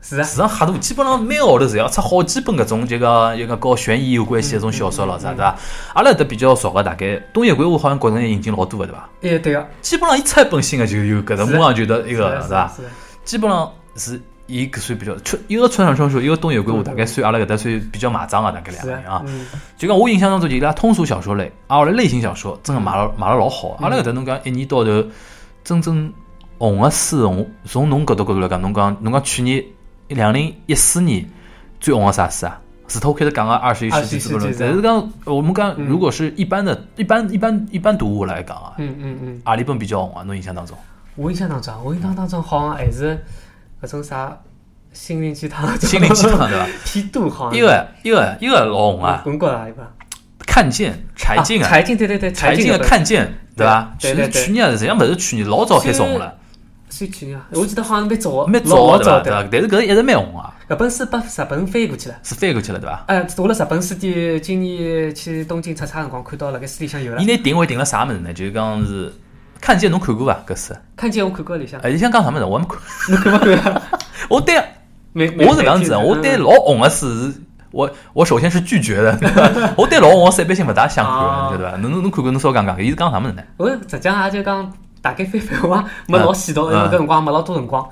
C: 是啊，
B: 市场吓大，基本上每个号头侪要出好几本搿种这个一个跟悬疑有关系的这种小说了，
C: 嗯
B: 啥对伐？阿拉搿搭比较少个，大概东野圭吾好像国内引进老多个对伐？
C: 哎对个，
B: 基本上一出一本新的就有搿种，
C: 是的
B: 马上就得一
C: 是
B: 个
C: 的
B: 了，伐？
C: 是的，啊
B: 基本上是伊搿算比较村一个村上春树，一个东野圭吾，
C: 嗯
B: 大概算阿拉搿搭算比较买账个，大概两
C: 是
B: 个
C: 的
B: 人啊。
C: 嗯
B: 就讲我印象当中，就伊拉通俗小说类，啊，后来类型小说真个卖了卖了老好。啊
C: 嗯
B: 阿拉搿搭侬讲一年到头真正红个书，红从侬搿头角度来讲，侬讲侬讲去年两零一四年最红个啥书啊？石头开头讲个二十一世纪资本论
C: 21世纪，
B: 但是讲我们讲
C: 嗯
B: 如果是一般的、一般、一般、一般读物来讲啊，
C: 嗯嗯嗯，
B: 阿里本比较红啊，侬印象当中？
C: 我印象当中啊，我印象当中好像还是搿种啥心灵鸡汤，
B: 心灵鸡 汤对伐？
C: 偏多好像，
B: 一个一个一个老红啊，
C: 啊滚过来一个，
B: 看见柴静啊，
C: 柴进对对对，
B: 柴
C: 进
B: 静的啊看见对伐？
C: 对
B: 去
C: 对对
B: 去年实际上勿是去年，老早开始红了。
C: 算去年啊，我记得好像蛮早的，
B: 蛮早
C: 老老
B: 对伐？
C: 早
B: 对伐
C: 的，？
B: 但是搿是一直蛮红啊，
C: 搿本书把日本翻过去了。
B: 是翻过去了对伐？
C: 呃，我辣日本书店今年去东京出差辰光看到了，搿书里向有了
B: 伊。拿定位定了啥物事呢？就是讲是看见侬看过伐？搿是，
C: 看见我看过里向，
B: 哎，里向讲啥物事？我还没看，
C: 侬看 没看？
B: 我对，啊
C: 没，嗯
B: 我是搿样子啊，我对老红个事是。我我首先是拒绝的，对 伐我对老红我是一般性勿大想看
C: 哦
B: 的，晓得伐？侬侬侬看过侬稍讲讲，伊是讲啥物事呢？
C: 我实际上也就讲大概翻翻我也
B: 嗯
C: 没老细到，因为搿辰光没老多辰光。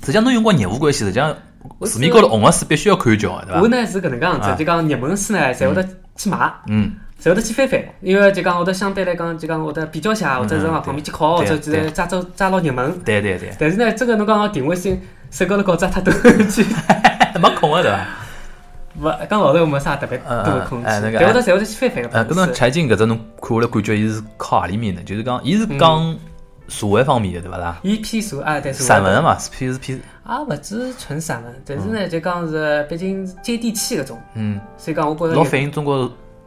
B: 实际上侬用光业务关系，实际上
C: 我是
B: 市面高头红个书必须要看一瞧的，对
C: 我
B: 伐？
C: 呢是搿能介样子
B: 啊，
C: 就讲热门书呢，侪会得去买，
B: 嗯，
C: 侪会得去翻翻，因为就讲会得相对来讲就讲会得比较下，或者是往旁边去靠，或
B: 对
C: 者啊就是
B: 对
C: 抓走抓牢热门。
B: 对对 对，
C: 但是呢，这个侬讲个定位性，手高头搞抓太多去，
B: 没空个对伐？
C: 勿讲老实话没啥特别多的空
B: 嗯嗯哎
C: 间，
B: 那个
C: 但会得侪会得去翻翻
B: 呃，搿
C: 搿本
B: 种
C: 书。
B: 柴静搿只侬看下来感觉伊是靠何里面呢？就是讲伊是
C: 嗯
B: 讲社会方面的对伐啦？
C: 伊偏数啊，但是我
B: 散文嘛，是偏是偏，
C: 也勿止纯散文，但是呢，就讲是毕竟接地气搿种，
B: 嗯，
C: 所以讲我觉着
B: 老反映中国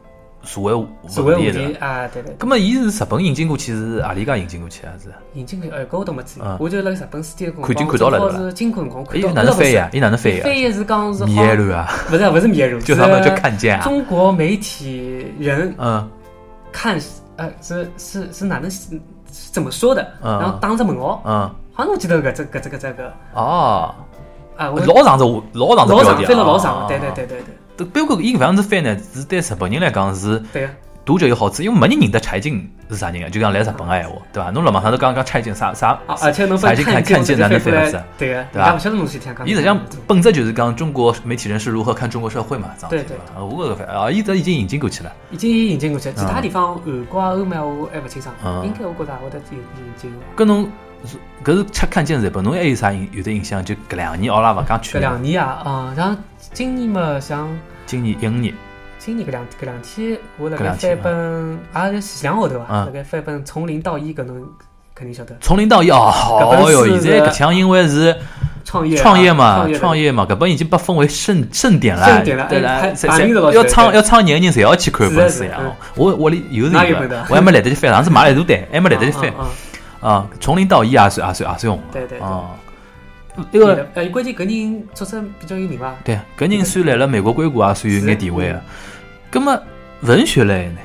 B: 社会问题的
C: 社会问题
B: 对伐。
C: 啊，对对，
B: 葛么，伊是日本引进过去，是何里家引进过去啊？是？
C: 引进来，哎，搿我倒没注意
B: 嗯，
C: 我就辣日本书店
B: 看已经看到了哎对吧
C: 是经过辰光看
B: 伊
C: 到，
B: 哪能
C: 不
B: 翻
C: 是
B: 呀？伊哪能翻呀？啊
C: 翻译是讲是好
B: 米埃鲁啊，
C: 勿是勿是米埃鲁，
B: 就是他们就看见啊，
C: 中国媒体人
B: 嗯
C: 看呃是是是哪能是是怎么说的，
B: 嗯
C: 然后打只问号，
B: 嗯，
C: 好像我记得搿只搿只搿只搿个
B: 哦，
C: 啊，我
B: 老长只老长只
C: 老
B: 标
C: 长
B: 题啊，
C: 翻了老长，
B: 啊
C: 对对。对对对
B: 对，不过伊搿样子翻呢，是对日本人来讲是
C: 对啊，
B: 读者有好处，因为没人认得柴静是啥人啊，就讲来日本个闲话，对伐？侬老网上头讲讲柴静啥啥
C: 啊，而且能
B: 柴
C: 分
B: 静
C: 看
B: 看看见哪
C: 我就
B: 能翻
C: 翻过
B: 了是
C: 来？，对啊，
B: 对吧
C: 人家勿晓得侬是天讲，
B: 伊实际上本质就是讲中国媒体人是如何看中国社会嘛，这样
C: 对
B: 子吧？啊我搿个啊，伊这已经引进过去了，
C: 已经引进过去，其他地方韩国啊、欧美啊我还勿清爽
B: 嗯，
C: 应该我觉着也会得有引进的。
B: 跟侬是搿是吃看见日本，侬还有啥印有的印象？就搿两年阿拉勿讲去
C: 搿两
B: 年，
C: 年啊，嗯，然后今年嘛，像
B: 今年一五年，
C: 今年搿两搿两天，我辣
B: 搿
C: 盖
B: 两
C: 翻
B: 天
C: 本，也是前两个号头啊，
B: 嗯
C: 辣盖翻本《从零到一》搿侬肯定晓得，
B: 从零到一哦，
C: 本
B: 好哟！
C: 是
B: 现在搿腔因为是
C: 创业啊
B: 创业嘛，
C: 创
B: 创业嘛，搿本已经被分为盛盛典了，
C: 盛典了
B: 对
C: 哎
B: 啦
C: 还，
B: 谁
C: 把名字
B: 谁
C: 老
B: 要
C: 写
B: 创
C: 对
B: 要创业的人侪要去看
C: 是的
B: 本书
C: 是的
B: 呀
C: 嗯！
B: 我我里有是
C: 哪有
B: 有
C: 本啊的
B: 个，我还没来得及翻，上次买了一大袋，还没来得及翻
C: 嗯嗯嗯
B: 啊！从零到一也算也算也算红了，
C: 对对对
B: 啊，因为
C: 对的呃，关键搿人作者比较有名伐？
B: 对，搿人算来了美国硅谷也算有眼地位啊。葛么文学类呢？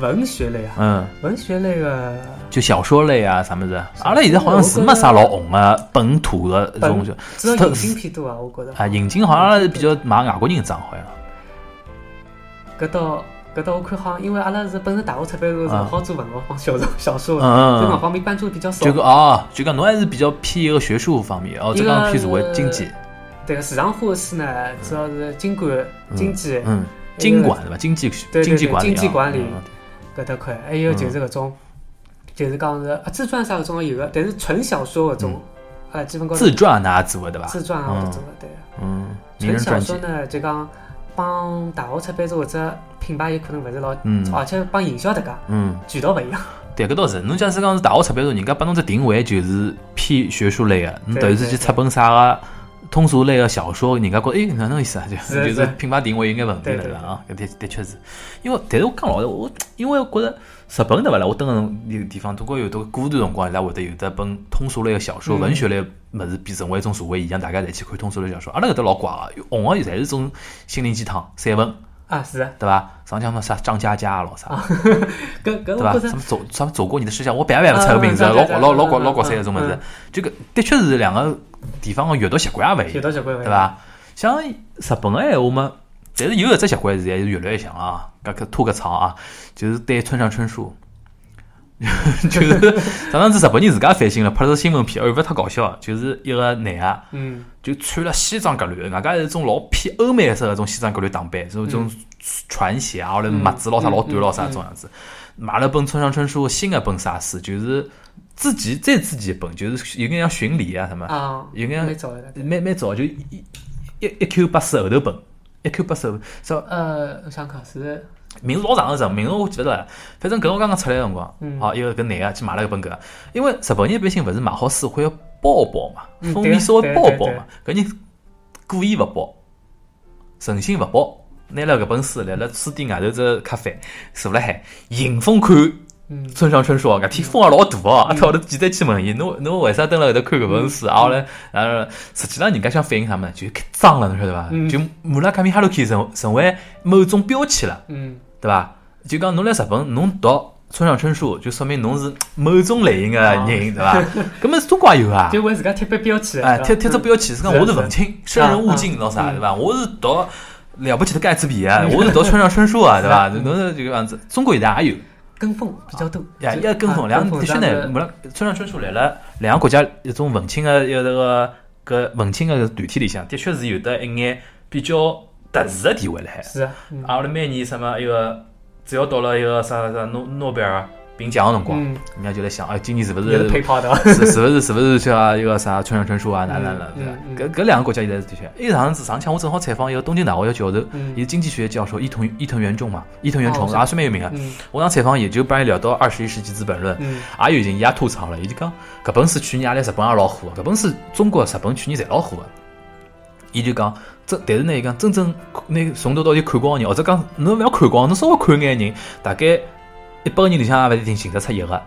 C: 文学类啊，
B: 嗯，
C: 文学类个
B: 就小说类啊啥么子啊。
C: 小
B: 阿拉现在好像是没啥老红的本土的这种
C: 主要
B: 特
C: 引进偏多啊，我觉着
B: 啊，引进好像比较买外国人账好像。
C: 搿到搿到我看好像，因为阿拉是本身大学出版社是
B: 嗯
C: 勿好做文学帮小说小说
B: 嗯
C: 的，这
B: 嗯
C: 种
B: 嗯，
C: 方面关注的比较少
B: 就。个哦，就讲侬还是比较偏一个学术方面，哦，
C: 一
B: 这
C: 个
B: 个偏社会经济，
C: 对个市场化的书呢，主要是经管、经济
B: 嗯，经管对吧？经济
C: 呃对
B: 经
C: 对
B: 济管理啊，
C: 经济管理
B: 嗯
C: 搿搭块，还有哎就是搿种，就是讲是啊自传啥搿种也有个，但是纯小说搿种，啊基本高
B: 嗯
C: 头
B: 自传哪组的对吧？
C: 自传啊搿种个对。
B: 嗯，名
C: 纯
B: 人
C: 小
B: 传
C: 说
B: 记，
C: 呢，就讲帮大学出版社或者品牌也可能勿是老，
B: 嗯
C: 而且帮营销迭个
B: 嗯，
C: 渠道勿一样。
B: 对，搿倒是。侬假使讲是大学出版社，人家拨侬只定位就是偏学术类个，侬突然之间出本啥个通俗类个小说，人家觉哎哪能意思啊？就是就是是品牌定位有眼问题
C: 对
B: 了
C: 对
B: 啦啊，搿的的确是。因为，但是我讲老实，我因为我觉着日本对勿啦？我蹲个地地方，中国有得过段辰光，伊拉会得有得本通俗类个小说、
C: 嗯
B: 文学类物事，变成为一种社会现象，大家侪去看通俗类小说。阿拉搿搭老怪个，红个侪是种心灵鸡汤、散文，
C: 啊，是啊，
B: 对伐？上讲么啥张嘉佳啊老啥。
C: 搿搿
B: 对吧？
C: 哎我觉
B: 什
C: 着
B: 么走什么走过你的视线，我百万不出个名字，
C: 嗯嗯
B: 老
C: 对
B: 老
C: 对
B: 老
C: 对
B: 搞
C: 嗯
B: 老搞三
C: 嗯
B: 个种么子
C: 嗯。
B: 这个的确是两个地方的阅读习惯也勿一
C: 有
B: 样，
C: 到小关
B: 对？伐？像日本个闲话嘛，但是有一只习惯现在是越来越像了啊，搿个拖个长啊，就是对村上春树。 就是 上趟子日本人自家翻新了，拍了只新闻片，哎呦，勿太搞笑了，就是一个男个、
C: 嗯，
B: 就穿了西装革履，外加是一种老偏欧美式的那种西装革履打扮，种种船鞋啊，或者袜子老啥老短老啥种样子。买了本村上春树新的本啥书，就是自己再自己一本，就是有眼像巡礼啊什么，
C: 啊，
B: 有眼
C: 没找来。
B: 蛮蛮早就一一一一 Q 八四后头本，一 Q 八四后头，说
C: 呃，我想看是
B: 名字老长个什么名字我记勿得了，反正搿我刚刚出来个辰光
C: 嗯，
B: 好一个搿男个去买了一本搿个，因为日本人一般性勿是买好书会要包包嘛，
C: 嗯
B: 封
C: 对
B: 面稍微
C: 对
B: 包
C: 对啊
B: 包嘛，搿人故意勿包，诚心勿包，拿了搿本书辣辣书店外头只咖啡坐辣海，迎风看
C: 嗯
B: 村上春树哦，搿天风也老大哦，阿拉后头记者去问伊，侬侬为啥蹲辣后头看搿本书？
C: 嗯
B: 啊，后来，然后实际上人家想反映啥物事，就是脏了，侬晓得伐？
C: 嗯
B: 就穆拉卡米哈鲁基成成为某种标签了。
C: 嗯
B: 对伐？就讲侬来日本，侬读村上春树，就说明侬是某种类型个
C: 啊
B: 人，对伐？ 搿么中国也有啊，
C: 就为自家贴标标签，啊
B: 哎，
C: 是吧
B: 贴贴只标签，是讲
C: 是
B: 我是
C: 是
B: 文青，生人勿近，
C: 啊
B: 咾啥，
C: 嗯
B: 对伐？我是读了不起的盖茨比啊，我是读村上春树啊，对 伐？侬是这个样子，中国现在也有。
C: 跟风比较多，
B: 呀，
C: 就
B: 一个哎跟风，
C: 啊
B: 两个的确
C: 这样
B: 呢，
C: 子
B: 没了村上春树来了两个国家一种文青的一个这个搿文青的团体里向，的确是有得一眼比较特殊的地位了海。
C: 是啊，嗯
B: 啊，我拉每年什么一个，只要到了一个啥啥啥诺诺贝尔啊评奖的辰光，
C: 嗯，
B: 人家就来想，哎，今年是不
C: 有
B: 是
C: 的配套的，
B: 是是不是是不是叫一个啥村上春树啊，哪哪哪
C: 嗯嗯
B: 对吧？搿搿两个国家现在是的确，因为上次上腔我正好采访一个东京大学的教授，
C: 嗯
B: 伊是经济学教授伊藤伊藤原重嘛，伊藤原
C: 哦
B: 重
C: 我知道
B: 也算蛮有名的。
C: 嗯
B: 我上采访伊就帮伊聊到《二十一世纪资本论》，
C: 嗯
B: 也有已经伊也吐槽了，伊就讲搿本书去年也来日本也老火的，搿本书中国、日本去年侪老火的。伊就讲，真但是呢，伊讲真正那从头到尾看光的人，或者讲侬勿要看光，侬稍微看眼人，大概一百个人里向也勿一定寻得出一个。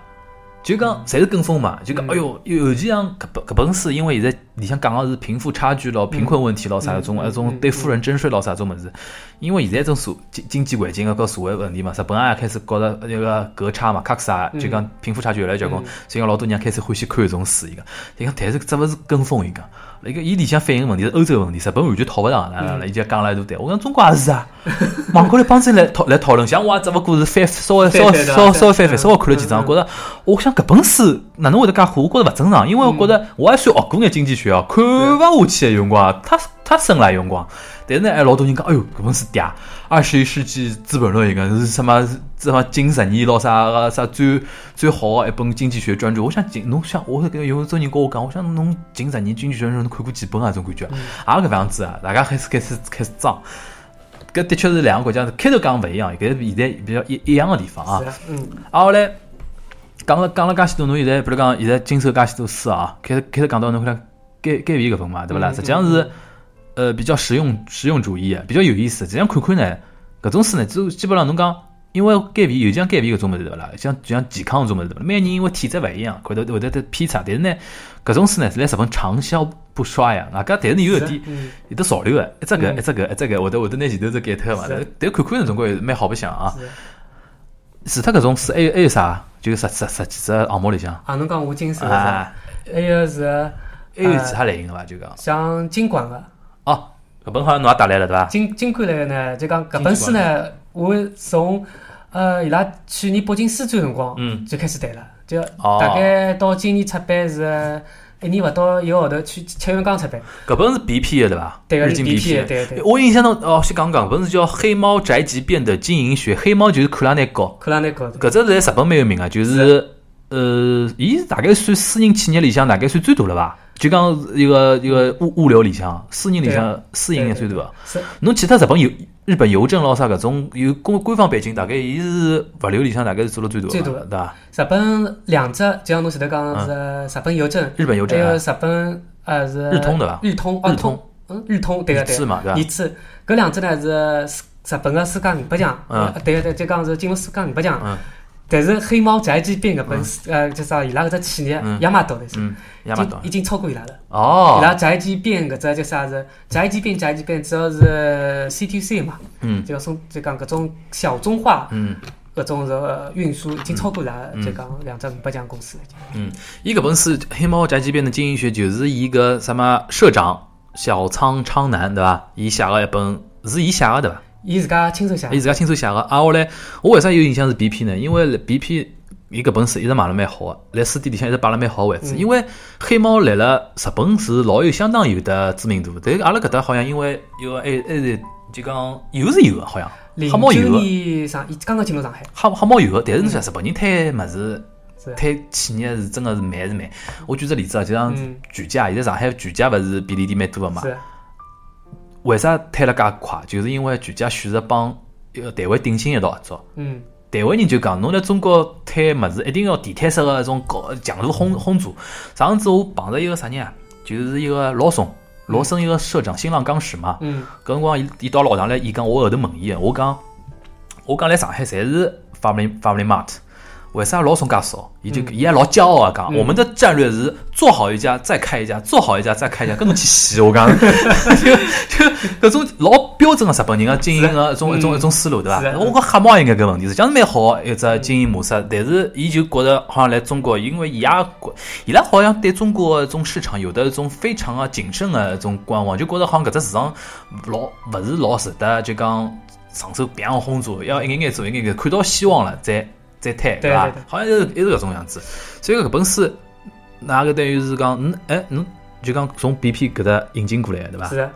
B: 就讲侪是跟风嘛，就讲
C: 嗯
B: 哎哟，尤其像搿本搿本书，因为现在里向讲个是贫富差距咯、贫困问题咯啥
C: 嗯
B: 一种
C: 嗯
B: 一种
C: 嗯
B: 对
C: 嗯
B: 富人征税咯啥种物事，因为现在种社经经济环境个和社会问题嘛，日本也开始觉着那个格差嘛、格差，就讲贫富差距越来越结棍
C: 嗯，
B: 所以讲老多人开始欢喜看搿种书，伊讲，伊讲，但是这勿是跟风，伊讲，伊讲伊里向反映问题是欧洲问题，日本完全讨勿上，哪
C: 嗯
B: 能了，伊就讲了一大堆，我讲中国也是 啊，网高头帮子来讨来讨论，像我也只勿过是翻稍微稍微
C: 翻翻的
B: 稍微稍微翻翻，
C: 嗯
B: 稍微看了几章，
C: 嗯
B: 觉着，我想搿本书哪能会得介火，我觉着勿正常，因为我觉
C: 嗯
B: 着我也算学过眼经济学哦，看勿下去个辰光，啊太太深了有辰光。但是呢，哎，老多人讲，哎哟，搿本书嗲，《二十一世纪资本论》一个是什么什么近十年咯啥个啥最最好的一本经济学专著。我想近侬想，我跟有种人跟我讲，我想侬近十年经济学专著侬看过几本啊？种感觉，也搿副样子啊，大家开始开始开始装。搿的确是两个国家开头讲勿一样，搿是现在比较一一样的地方啊
C: 是。啊，嗯
B: 啊，后来讲了讲了介许多，侬现在比如讲现在经手介许多书啊，开头开头讲到侬看减减肥搿本嘛，对勿啦？
C: 嗯
B: 实际上是呃比较实用实用主义的，啊比较有意思。实际上看看呢，搿种书呢，就基本上侬讲。因为减肥，尤其像减肥搿种物事对勿啦？像就像健康搿种物事对勿啦？每个人因为体质勿一样，会得会得得偏差。但是呢，搿种书呢是来日本长销不衰呀。外加但是呢有一
C: 是啊
B: 点，
C: 嗯
B: 有得潮流个，一只搿
C: 嗯
B: 一只搿一只搿，会得会得拿前头只改脱嘛
C: 是。
B: 但看看呢，总归蛮好白相啊。
C: 是啊。
B: 除脱搿种书，还有还有啥？就是十十十几只项目里向
C: 啊，侬讲我金手是啊吧？
B: 啊，
C: 还有是呃
B: 还有其他类型个伐？就讲
C: 像金管的，
B: 哦，搿本好像侬也带来了对伐？
C: 金金管类呢，就讲搿本书呢，我从呃伊拉去年北京书展辰光
B: 嗯
C: 就开始谈了，就
B: 哦
C: 大概到今年出版是一年勿到一个号头，去七月份刚出版。
B: 搿本是 BP 的对伐？
C: 对搿是
B: 日经
C: BP 的
B: BP
C: 对对
B: 我印象中哦，先讲讲，搿本是叫《黑猫宅急便的经营学》，黑猫就是看上去高，
C: 看了那个，
B: 搿只在啊日本蛮有名个，就是呃，伊大概算私营企业里向大概算最大了伐？就讲一个一个物物流里向、私营里向、私营
C: 对
B: 的最多个。
C: 是
B: 侬其他日本邮、日本邮政咯啥搿种有官官方背景，大概伊是物流里向大概是做了最多
C: 最
B: 的
C: 多
B: 嘛，
C: 的
B: 对伐？
C: 日本两只，就像侬前头讲
B: 嗯
C: 的是日本邮政，
B: 日本邮
C: 还
B: 政
C: 有
B: 啊
C: 日本呃是
B: 日通对伐
C: 日通，哦
B: 日通，
C: 嗯，日通对个对
B: 日
C: 个
B: 资嘛，对
C: 日
B: 伐？
C: 资，搿两只呢是世日本个世界五百强，
B: 嗯
C: 呃对个对，就讲是进入世界五百强
B: 嗯。
C: 但是黑猫宅急便搿本呃叫啥？伊拉搿只企业
B: 嗯
C: 亚马多的是，
B: 嗯，
C: 已
B: 亚马
C: 经
B: 逊
C: 已经超过伊拉了。伊
B: 哦，
C: 拉宅急便搿只叫啥子？宅急便宅急便主要是 C to C 嘛，
B: 嗯
C: 就送就讲搿种小众化
B: 嗯。
C: 搿种是呃运输已经超过伊拉就讲两只五百强公司了已经。
B: 伊搿本书《黑猫宅急便》的经营学，就是伊个什么社长小仓昌男，对伐？伊写个一本，是伊写个对伐？
C: 伊自家亲手写的，
B: 伊自家亲手写个。啊，后来我为啥有印象是 BP 呢？因为 BP 伊搿本书一直卖了蛮好个，辣书店里向一直摆了蛮好个位
C: 嗯
B: 置。因为黑猫来了日本是老有相当有的知名度，但是阿拉搿搭好像因为有还还是就讲有是有个，好像
C: 零
B: 黑猫有
C: 九
B: 个，
C: 年上，伊刚刚进入上海，
B: 黑黑猫有个，
C: 嗯
B: 但是侬想日本人推物事。
C: 是
B: 推企业是真个是慢是慢。我举只例子啊，就像
C: 嗯
B: 全家，现在上海全家勿是便利店蛮多个嘛？
C: 是
B: 为啥推了介快？就是因为全家选择帮一个台湾鼎新一道合作。
C: 嗯。
B: 台湾人就讲，侬来中国推物事一定要地毯式个一种高强度轰轰炸。上次我碰着一个啥人啊，就是一个老总，罗森一个社长，新浪刚史嘛。
C: 嗯
B: 搿辰光伊伊到老堂来，伊讲我后头问伊个，我讲我讲来上海侪是 Family Family Mart，为啥老总介少？伊就伊还老骄傲个讲，我们的战略是做好一家再开一家， 做好一家再开一家，搿侬去洗我讲，就就搿种老标准个日本人个经营啊个一种一种一种思路对伐
C: 是？
B: 我讲黑猫应该搿问题实际上是蛮好个一只经营模式，但是伊就觉着好像来中国，因为伊也觉伊拉好像对中国的一种市场有的一种非常啊谨慎的一种观望，就觉得好像搿只市场老勿是老值得，就讲上手砰轰炸，要一眼眼做一眼眼，看到希望了再再推，
C: 对
B: 伐
C: 对对？
B: 好像就是一直搿种样子。所以搿本书，那个等于是讲，嗯，哎，侬就讲从 BP 搿搭引进过来的，对伐
C: 是？的，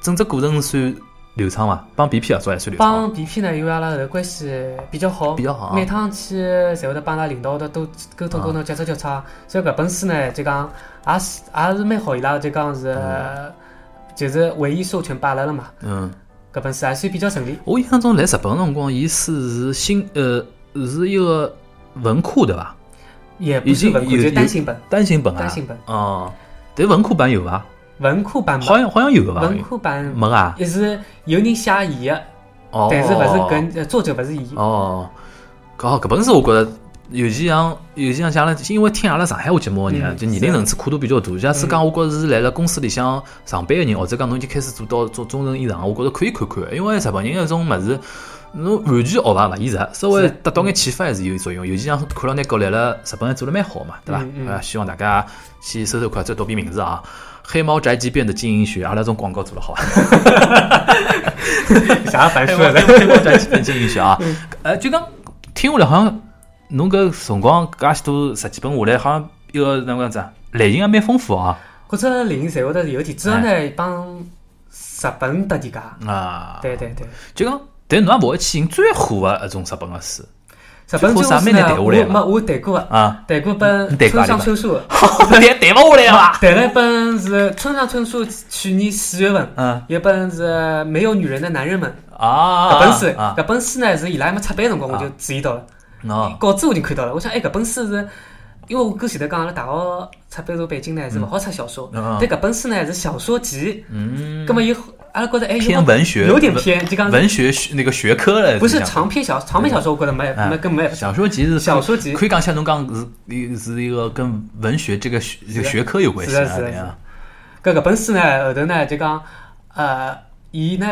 B: 整只过程算流畅伐？帮 BP 合作还算流畅伐？
C: 帮 BP 呢，因为阿拉后头关系比较好，
B: 比较好啊
C: 每趟去侪会得帮阿拉领导的都沟通沟通，接触接触。所以搿本书呢，就讲也是也是蛮好，伊拉就讲是就是唯一授权拨阿拉了嘛。
B: 嗯，
C: 搿本书还算比较顺利，
B: 我印象中来日本的辰光，伊是是新呃是一个文库对伐？
C: 也不
B: 已
C: 是
B: 经
C: 文库，
B: 有
C: 就是单
B: 有
C: 行本，
B: 单行本啊，
C: 单行本。
B: 哦，但文库版有伐？
C: 文库版
B: 好像好像有个吧？
C: 文库版
B: 没啊？
C: 也是有人写伊的，
B: 哦，
C: 但是勿是跟呃作者勿是伊。
B: 哦，搿搿本书我觉着，尤其像尤其像像阿拉，因为听阿拉上海话节目的人啊，
C: 嗯
B: 就年龄层次跨度比较大。假使讲我觉着是来了公司里向上班的人，或者讲侬已经开始做到做中层以上，我觉着可以看看，因为日本人搿种物事。侬完全学伐勿现实，稍微
C: 是
B: 得到眼启发还是有作用。尤其像看了眼国来了，日本还做了蛮好嘛，对伐？
C: 嗯嗯
B: 呃，希望大家去搜搜看，再读遍名字啊，《黑猫宅急便》的经营学，阿拉种广告做了好伐？
C: 啥反
B: 哎，我我我转转进去 啊，
C: 嗯
B: 呃，就讲听下来好像侬搿辰光搿许多十几本下来，好像一个哪能样子啊，类型还蛮丰富啊
C: 或者零侪会得有点，主要
B: 哎
C: 呢帮日本搭界家。
B: 啊，
C: 对对对，
B: 就讲，但侬也勿会去寻最火个一种日本个书
C: 日本
B: 最
C: 军
B: 后啥
C: 事
B: 蛮难
C: 呢，
B: 谈
C: 我
B: 下来嘛
C: 没我谈过啊，
B: 啊，
C: 谈过本
B: 你谈过
C: 村
B: 啊
C: 上
B: 你
C: 春树，
B: 谈谈勿下来伐？
C: 谈了一本是村上春树去年四月份，啊
B: 嗯
C: 有一本是没有女人的男人们，
B: 啊，
C: 搿本书，
B: 啊，
C: 搿本书呢是伊拉还没出版的辰光我就注意到了，
B: 哦，
C: 稿子我已经看到了，我想哎搿本书是。因为我跟前头讲了，大学出版社背景呢是勿好出小说，
B: 嗯
C: 但搿本书呢是小说集，
B: 嗯，
C: 葛末有阿拉觉得哎有
B: 偏文学，
C: 有点
B: 文
C: 偏，就讲
B: 文学学那个学科了，
C: 不是
B: 这样
C: 长篇小长篇小说，我觉得没
B: 嗯
C: 没跟没
B: 小说集是
C: 小说集
B: 可以讲像侬讲是是一个跟文学这个学这个学科有关系啊，
C: 是的是的
B: 对啊，
C: 搿搿本书呢，后头呢就讲，呃，伊呢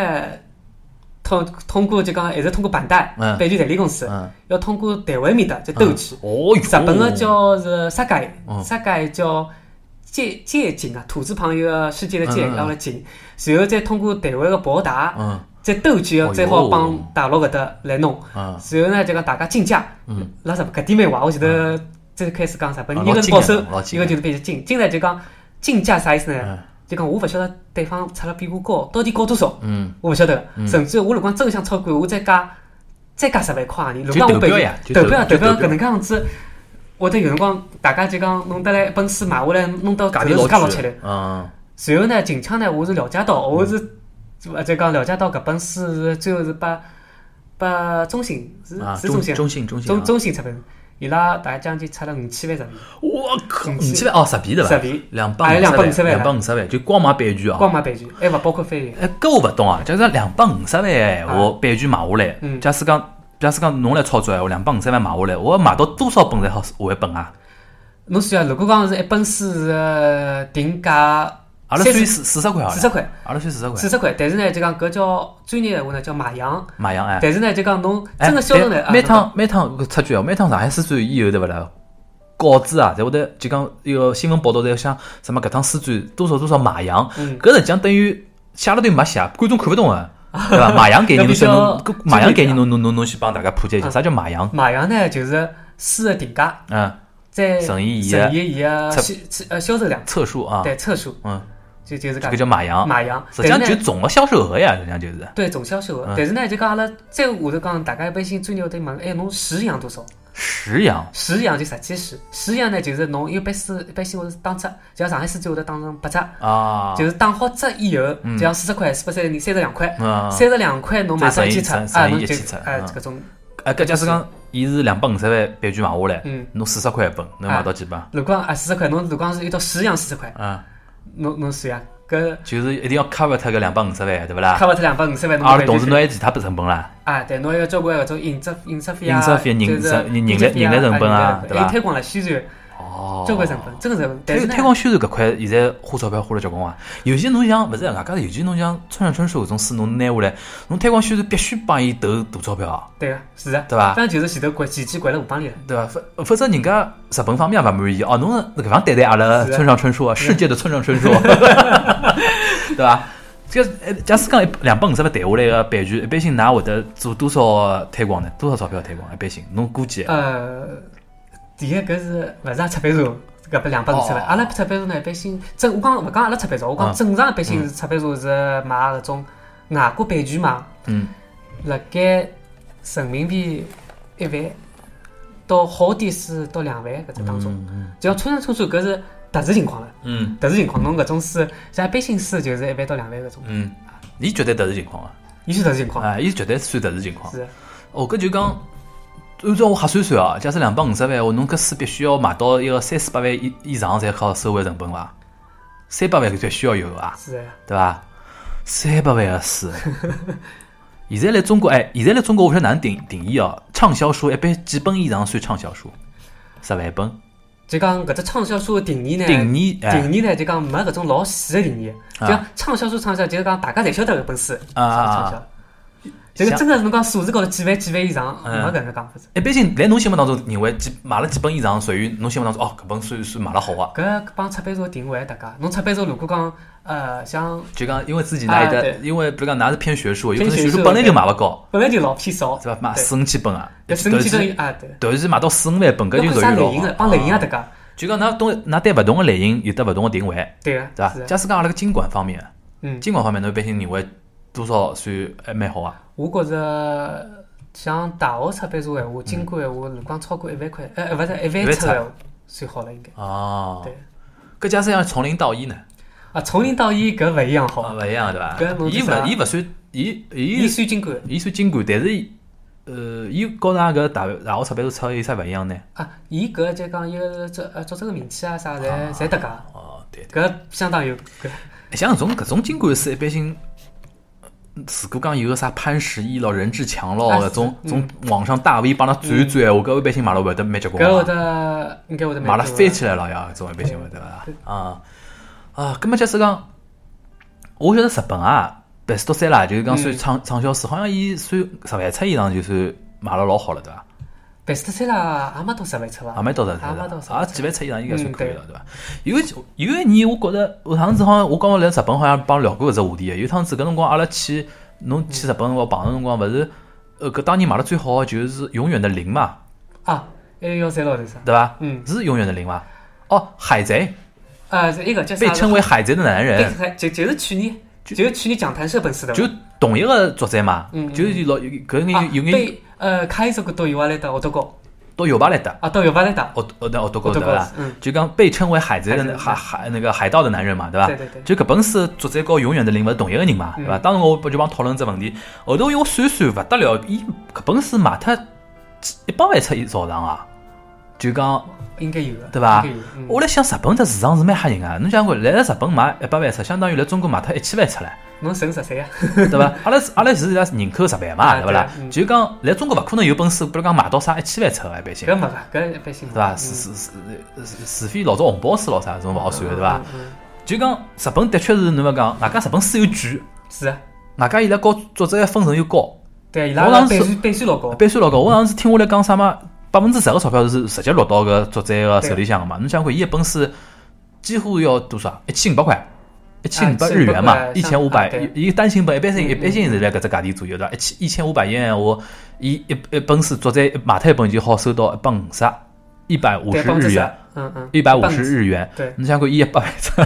C: 通通过就讲，还是通过板带
B: 嗯
C: 版权代理公司，
B: 嗯，
C: 要通过台湾面搭就兜去。
B: 哦哟，嗯
C: 日本个叫是沙界，沙界叫借借景啊，土字旁一个世界的界，
B: 嗯嗯嗯
C: 然后景，然后再通过台湾个宝达，
B: 嗯
C: 再兜去，
B: 哦哟
C: 再好帮大陆搿搭来弄。
B: 啊，
C: 然后呢，就讲大家竞价，
B: 嗯，
C: 拉日本搿点蛮啊坏，我前头最开始讲日本
B: 啊
C: 一个
B: 老
C: 是
B: 竞
C: 保
B: 价
C: 守
B: 老，
C: 一
B: 竞
C: 个
B: 价
C: 就是比较竞，竞呢就讲竞价啥意思呢
B: 嗯？
C: 就讲我勿晓得对方出了比我高，到底高多少，
B: 嗯，
C: 我勿晓得。甚至我如果真个想超过，我再加再加十万块行钿，如
B: 就
C: 果我
B: 投
C: 背
B: 标
C: 景
B: 呀就
C: 投
B: 投
C: 标
B: 就
C: 投标
B: 投标
C: 搿能介样子，会得有辰光大家就讲弄得来一本书买下来，弄到
B: 价
C: 头
B: 钿
C: 自
B: 老
C: 家老
B: 贵
C: 吃力。
B: 嗯，
C: 随后呢，近腔呢，我是了解到，我是呃，就讲了解到搿本书是最后是把把中信是
B: 啊，
C: 是中
B: 中
C: 信
B: 中信中信啊
C: 中，中信出版社，伊拉大概将近出了五千万人民币，
B: 我靠，
C: 五
B: 五
C: 千
B: 千万哦，十遍对伐？
C: 十遍
B: 两
C: 啊
B: 百
C: 两百
B: 百
C: 五十万
B: 两百五十万，就光买版权
C: 光
B: 哦。
C: 买版权，还勿包括翻译。
B: 哎，搿我勿懂啊，假使两百五十万闲话，我版权买下来，
C: 啊嗯
B: 假使讲假使讲侬来操作闲话，两百五十万买下来，我要买到多少本才好下一本啊？
C: 侬算啊，如果讲是一本书是呃定价
B: 阿拉
C: 三
B: 算
C: 十
B: 四四十块好了，
C: 四十块，
B: 阿拉算四十块
C: 四，十块，但是呢，就讲搿叫专业闲话呢叫买洋，
B: 买样哎。
C: 但是呢，就讲侬
B: 哎
C: 真个销售呢，
B: 对
C: 啊
B: 每
C: 侬
B: 趟每趟搿插句哦，每趟上海书展以后对勿啦？稿子啊，侪会得就讲一个新闻报道在想什么搿趟书展多少多少买样，
C: 嗯
B: 搿实际上等于写了都没写，观众看勿懂 啊，对伐？买样概念
C: 那
B: 侬
C: 比
B: 先
C: 较
B: 侬搿买样概
C: 专
B: 念
C: 业啊
B: 侬侬侬侬先帮大家普及一下，
C: 嗯
B: 啥叫买样？
C: 买洋呢就是书的定价，
B: 嗯，
C: 再
B: 乘以伊
C: 乘
B: 的
C: 以伊个
B: 出
C: 销呃销售量，
B: 啊册数啊，
C: 对册数，
B: 嗯，
C: 就就是
B: 这
C: 讲
B: 个叫买样，
C: 买洋，
B: 实
C: 但
B: 际
C: 是
B: 上
C: 呢
B: 就总个销售额呀，实际上就是
C: 对总销售额啊
B: 嗯。
C: 但是呢，就讲阿拉再下头讲，大家一般性专业对问，哎，侬十样多少？
B: 十样，
C: 十样就十几十，十样呢就是侬一般是一般性我是打折，就像上海市最后头打成八折，
B: 啊，
C: 就是打好折以后，就像四十块、四百三十三十两块，
B: 嗯，
C: 三十两块侬买上一千
B: 乘以
C: 啊，
B: 乘以
C: 侬
B: 一
C: 就
B: 千册
C: 哎
B: 嗯
C: 搿种。
B: 哎，搿假使讲伊是两百五十万版权买下来，
C: 嗯
B: 侬四十块一本，能买
C: 啊
B: 到几本？
C: 如果啊四十块，侬如果是一到十样四十块，
B: 啊，
C: 侬侬算啊，搿
B: 就是一定要 cover 脱搿两百五十万，对勿啦？
C: cover 脱两百五十万，侬
B: 阿拉
C: 买
B: 同
C: 就
B: 时侬还有其他成本啦，
C: 啊，对，侬还要交关搿种印制印刷费啊，
B: 印刷费人
C: 就是
B: 人人
C: 印刷费啊
B: 人力成本啊
C: 啊，人力
B: 对吧
C: 还有推广了宣传，
B: 哦
C: 交关成本，真个成本。但
B: 推
C: 是呢
B: 推广宣传搿块，现在花钞票花了结棍啊！尤其侬像勿是搿能介，尤其侬像啊村上春树搿种书，侬拿下来，侬推广宣传必须帮伊投大钞票啊，
C: 对个，是啊，
B: 对伐
C: 反正就是前头掼几记掼了河帮里了。
B: 对伐？否否则人家日本方面也勿满意哦，侬是搿样对待阿拉
C: 是啊
B: 村上春树啊，世界的村上春 树，对伐？这个呃假使讲一两百五十万谈下来个版权，一般性㑚会得做多少推广呢？多少钞票推广？一般性侬估计？啊
C: 呃，第一搿是勿是啊出版社？搿不两百五十万，
B: 哦
C: 阿拉出版社呢一般性正，我讲勿讲阿拉出版社，我
B: 嗯
C: 讲正常一般性出版社是买搿种外国版权嘛，
B: 嗯，
C: 辣盖人民币一万到好点是到两万搿只当中，
B: 嗯
C: 就像村上春树搿是特殊情况了。
B: 嗯
C: 特殊情况，侬搿种书，像一般性书就是一万到两万搿种，
B: 嗯，伊绝对特殊情况啊！
C: 伊是特殊情况，
B: 啊，伊绝对算特殊情况。
C: 哦是啊
B: 哦，搿就讲，按照我核算算啊，假设两百五十万闲话，侬搿书必须要卖到一个三四百万以以上才好收回成本伐？三百万搿必须要有啊。
C: 是的，
B: 对伐？三百万个书，现在来中国，哎，现在来中国，我晓得哪能定定义哦？畅销书一般几本以上算畅销书？十万本，
C: 就讲搿只畅销书的定义呢，
B: 定义哎
C: 定义呢就讲没搿种老细的定义，就讲畅销书畅销就是讲大家侪晓得搿本书
B: 啊啊
C: 畅
B: 啊！
C: 销，就是真个是侬讲数字高头几万几万以上，没
B: 嗯
C: 搿能讲法子。
B: 一般性来侬心目当中认为几买了几本以上属于侬心目当中哦，搿本算算卖了好啊？
C: 搿帮出版社定位大家，侬出版社如果讲呃像
B: 就讲因为自己拿有
C: 啊
B: 的
C: 对，
B: 因为比如讲㑚是偏学术，有可能
C: 偏学
B: 学术
C: 术
B: 本来就
C: 对
B: 卖勿高，
C: 本来就老偏少，
B: 对伐？卖
C: 对
B: 四五千本啊，
C: 搿升级
B: 突然
C: 成
B: 间
C: 啊对，
B: 突然间卖到四五万本，搿就
C: 要
B: 属
C: 看
B: 于
C: 啥
B: 老
C: 类型
B: 啊
C: 的，帮类型啊大家，
B: 就讲㑚东㑚对勿同个类型有得勿同个定位，
C: 对个，
B: 对伐
C: 是？的啊
B: 假使讲阿拉个经管方面。
C: 嗯。
B: 监管方面，侬一般性认为多少算还蛮好啊？
C: 我觉着像大学出版社闲话，金管闲话，如果讲超过一万
B: 嗯
C: 块，呃，勿是一万册闲话，算好了应该。
B: 哦
C: 对，
B: 搿假设要从零到一呢？
C: 啊，从零到一搿勿一样
B: 哦，
C: 好，
B: 勿一样对伐
C: 搿？侬
B: 伊
C: 就是啊
B: 勿伊勿算，伊
C: 伊
B: 伊
C: 算金管
B: 伊算监管，但是呃，伊高大搿大大学出版社出有啥勿一样呢？
C: 啊，伊搿就讲一个作呃作者个名气啊啥，侪侪搭界，
B: 哦，对对，
C: 搿相当有搿
B: 像搿种搿种监管是一般性。如果讲有个啥潘石屹咯、任志强咯，
C: 啊嗯
B: 搿种种网上大 V 帮他转一转，我搿一般性买了会得蛮结棍的嘛
C: 搿会得应该会得啊蛮
B: 买了
C: 多
B: 翻
C: 的
B: 起来了呀，总一般性会对伐？啊啊，葛么假使讲，我晓得日本啊，百事多三啦，就是
C: 嗯
B: 讲算畅畅销书，好像伊算十万册以上就算卖了老好了，对伐？
C: 贝斯特塞拉也没到十万册伐
B: 也？蛮到
C: 也蛮到
B: 的，
C: 十万
B: 也啊几万册以上应该算可以了，
C: 嗯
B: 对伐？有一有一年，我觉得我上次好像我刚刚来日本，好像帮聊过搿只话题的。啊有趟子搿辰光，阿拉去侬去日本辰光碰着辰光，勿是呃搿当年卖了最好的就是《永远的零》嘛，
C: 啊，一幺三六是啥？
B: 对伐？
C: 嗯
B: 是《永远的零》伐？哦，《海贼
C: 啊，是一个叫》啥
B: 被
C: 来着？
B: 称为《海贼的男人》。
C: 贝就就是去年，就是去年讲坛社本书的伐。
B: 就同一个作者嘛，
C: 嗯嗯
B: 就是老有搿个
C: 啊
B: 有有眼
C: 被呃开一首歌都言われた男
B: 到游排来的，
C: 啊，到有巴来打，
B: 哦哦，那哦，都
C: 我
B: 高对
C: 都觉得
B: 伐
C: 是？嗯，
B: 就讲被称为海贼
C: 海贼
B: 的
C: 的
B: 海海那个海盗的男人嘛，对伐？
C: 对对对，
B: 就搿本书作者和永远的人勿是同一个人嘛，对伐？
C: 嗯
B: 当时我就帮讨论这问题，后头因为我算算勿得了，伊搿本书卖脱一百万出一早上啊，就讲
C: 应该有的，
B: 对吧
C: 应该有的嗯
B: 我辣想日本的市场是蛮吓人啊！侬想看，来了日本卖一百万出，相当于来中国卖脱一千万出来，
C: 侬省十三啊，
B: 对伐？阿拉是阿拉是伊拉人口十万嘛，
C: 啊
B: 对勿啦
C: 对啊？嗯
B: 就讲来中国勿可能有本事，比如讲卖到啥一千万出个一般性，
C: 搿
B: 对
C: 没个，搿一般性没的，
B: 伐？
C: 嗯
B: 是是是是，除非老早红宝书咯啥，这种勿好算个，对伐？？
C: 嗯嗯嗯
B: 就讲日本的确是侬要讲，外加日本书有贵，
C: 是啊，
B: 外加伊拉高作者个分成又高，
C: 对，伊啊拉
B: 我
C: 个
B: 当
C: 倍
B: 时
C: 数倍数老高，
B: 倍数老高。我上次听下来讲啥嘛，百分之十个钞票是直接落到个作者个手里向个嘛。侬想看，伊一本书几乎要多少？一千五百块，一千五百日元嘛
C: 啊，
B: 一千五
C: 1500
B: 百
C: 对。
B: 伊伊单行本一般性
C: 嗯
B: 一般性是在搿只价钿左右对伐？一千一千五百元闲话，伊一一本书作者买脱一本就好收到一百五十，一百五
C: 对
B: 十
C: 百分之
B: 日
C: 十
B: 元，
C: 嗯嗯，
B: 一百五
C: 150
B: 十日元。
C: 对，
B: 侬想看，伊一百万 出，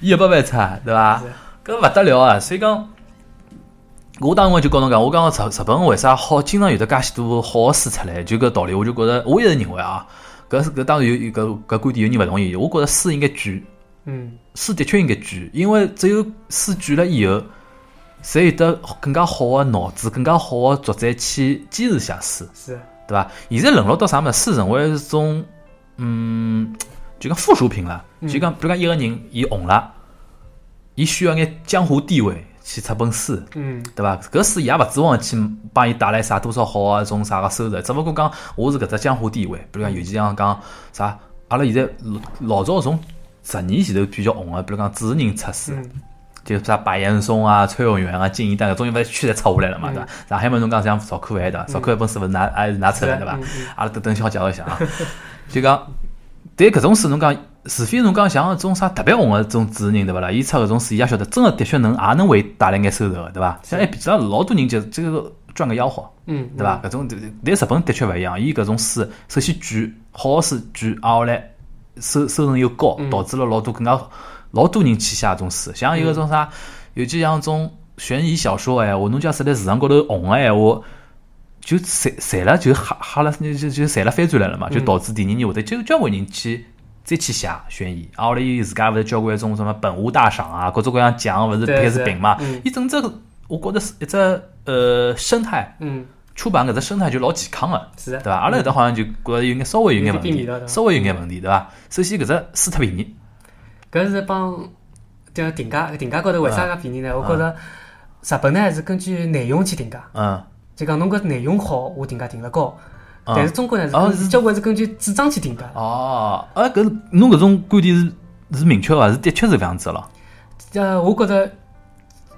B: 伊一百万出，对伐？
C: 是
B: 搿勿得了啊！所以讲，我当时我就跟侬讲，我讲日日本为啥好，经常有得介许多好个书出来，就搿道理，我就觉得我一直认为啊，搿是搿当然有有搿搿观点有人勿同意，我觉得书应该贵，
C: 嗯，
B: 书的确应该贵，因为只有书贵了以后，才有得更加好个脑子，更加好个作者去坚持写书，
C: 是啊
B: 对伐？现在沦落到啥物事，书成为一种嗯，就讲附属品了，
C: 嗯
B: 就讲比如讲一个人伊红了，伊需要眼江湖地位去出本书。
C: 嗯，
B: 对伐？搿书也勿指望去帮伊带来啥多少好啊，种啥个收入，只不过讲我是搿只江湖地位，比如讲尤其像讲啥，阿拉现在老老早从十年前头比较红个，比如讲主持人出书，
C: 嗯，
B: 就啥白岩松啊、崔永元啊、金一丹搿种，勿是全侪出下来
C: 嗯
B: 了嘛，对伐？上海嘛，侬讲像赵可凡对伐？赵可凡本书勿是拿还是拿出
C: 是
B: 来
C: 啊
B: 对伐
C: 嗯？嗯
B: 阿拉等等小介绍一下啊，就讲，但搿种书侬讲，除非侬讲像搿种啥特别红个种主持人对勿啦？伊出搿种书，伊也晓得真个的确能也能为带来眼收入个对伐？像一哎比拉老多人就这个赚个吆喝，
C: 嗯，
B: 对伐？搿种但日本的确勿一样，伊搿种书首先贵，好个书贵，啊后来收收成又高，
C: 嗯
B: 导致了老多更加老多人去写搿种书，像有搿种啥，尤其像种悬疑小说个闲话，侬假使在市场高头红个闲话。就赚赚了，就哈哈了，就就就赚了翻转来了嘛，就
C: 嗯
B: 导致第二年会得就交关人去再去写悬疑，啊后来伊自家勿是交关种什么本屋大赏啊，各种各样奖勿是
C: 对
B: 开始
C: 对
B: 评嘛
C: 嗯，
B: 伊整只我觉得是一只呃生态
C: 嗯，
B: 出版搿只生态就老健康个，
C: 是
B: 对
C: 啊，
B: 伐？阿拉搿搭好像就觉着有眼稍微有眼问
C: 有点变味道
B: 题，
C: 对伐
B: 稍微有眼问题，对伐？首先搿只书太便宜，
C: 搿是帮叫定价，定价高头为啥介便宜呢？我觉着日本呢是根据内容去定价，
B: 嗯，
C: 就讲侬搿内容好，我定价定了高，
B: 嗯
C: 但是中国呢是
B: 哦
C: 根据
B: 是
C: 交关是根据纸张去定价。
B: 哦，哎，搿侬搿种观点是是明确伐？是的确是搿样子咯。
C: 呃，我觉着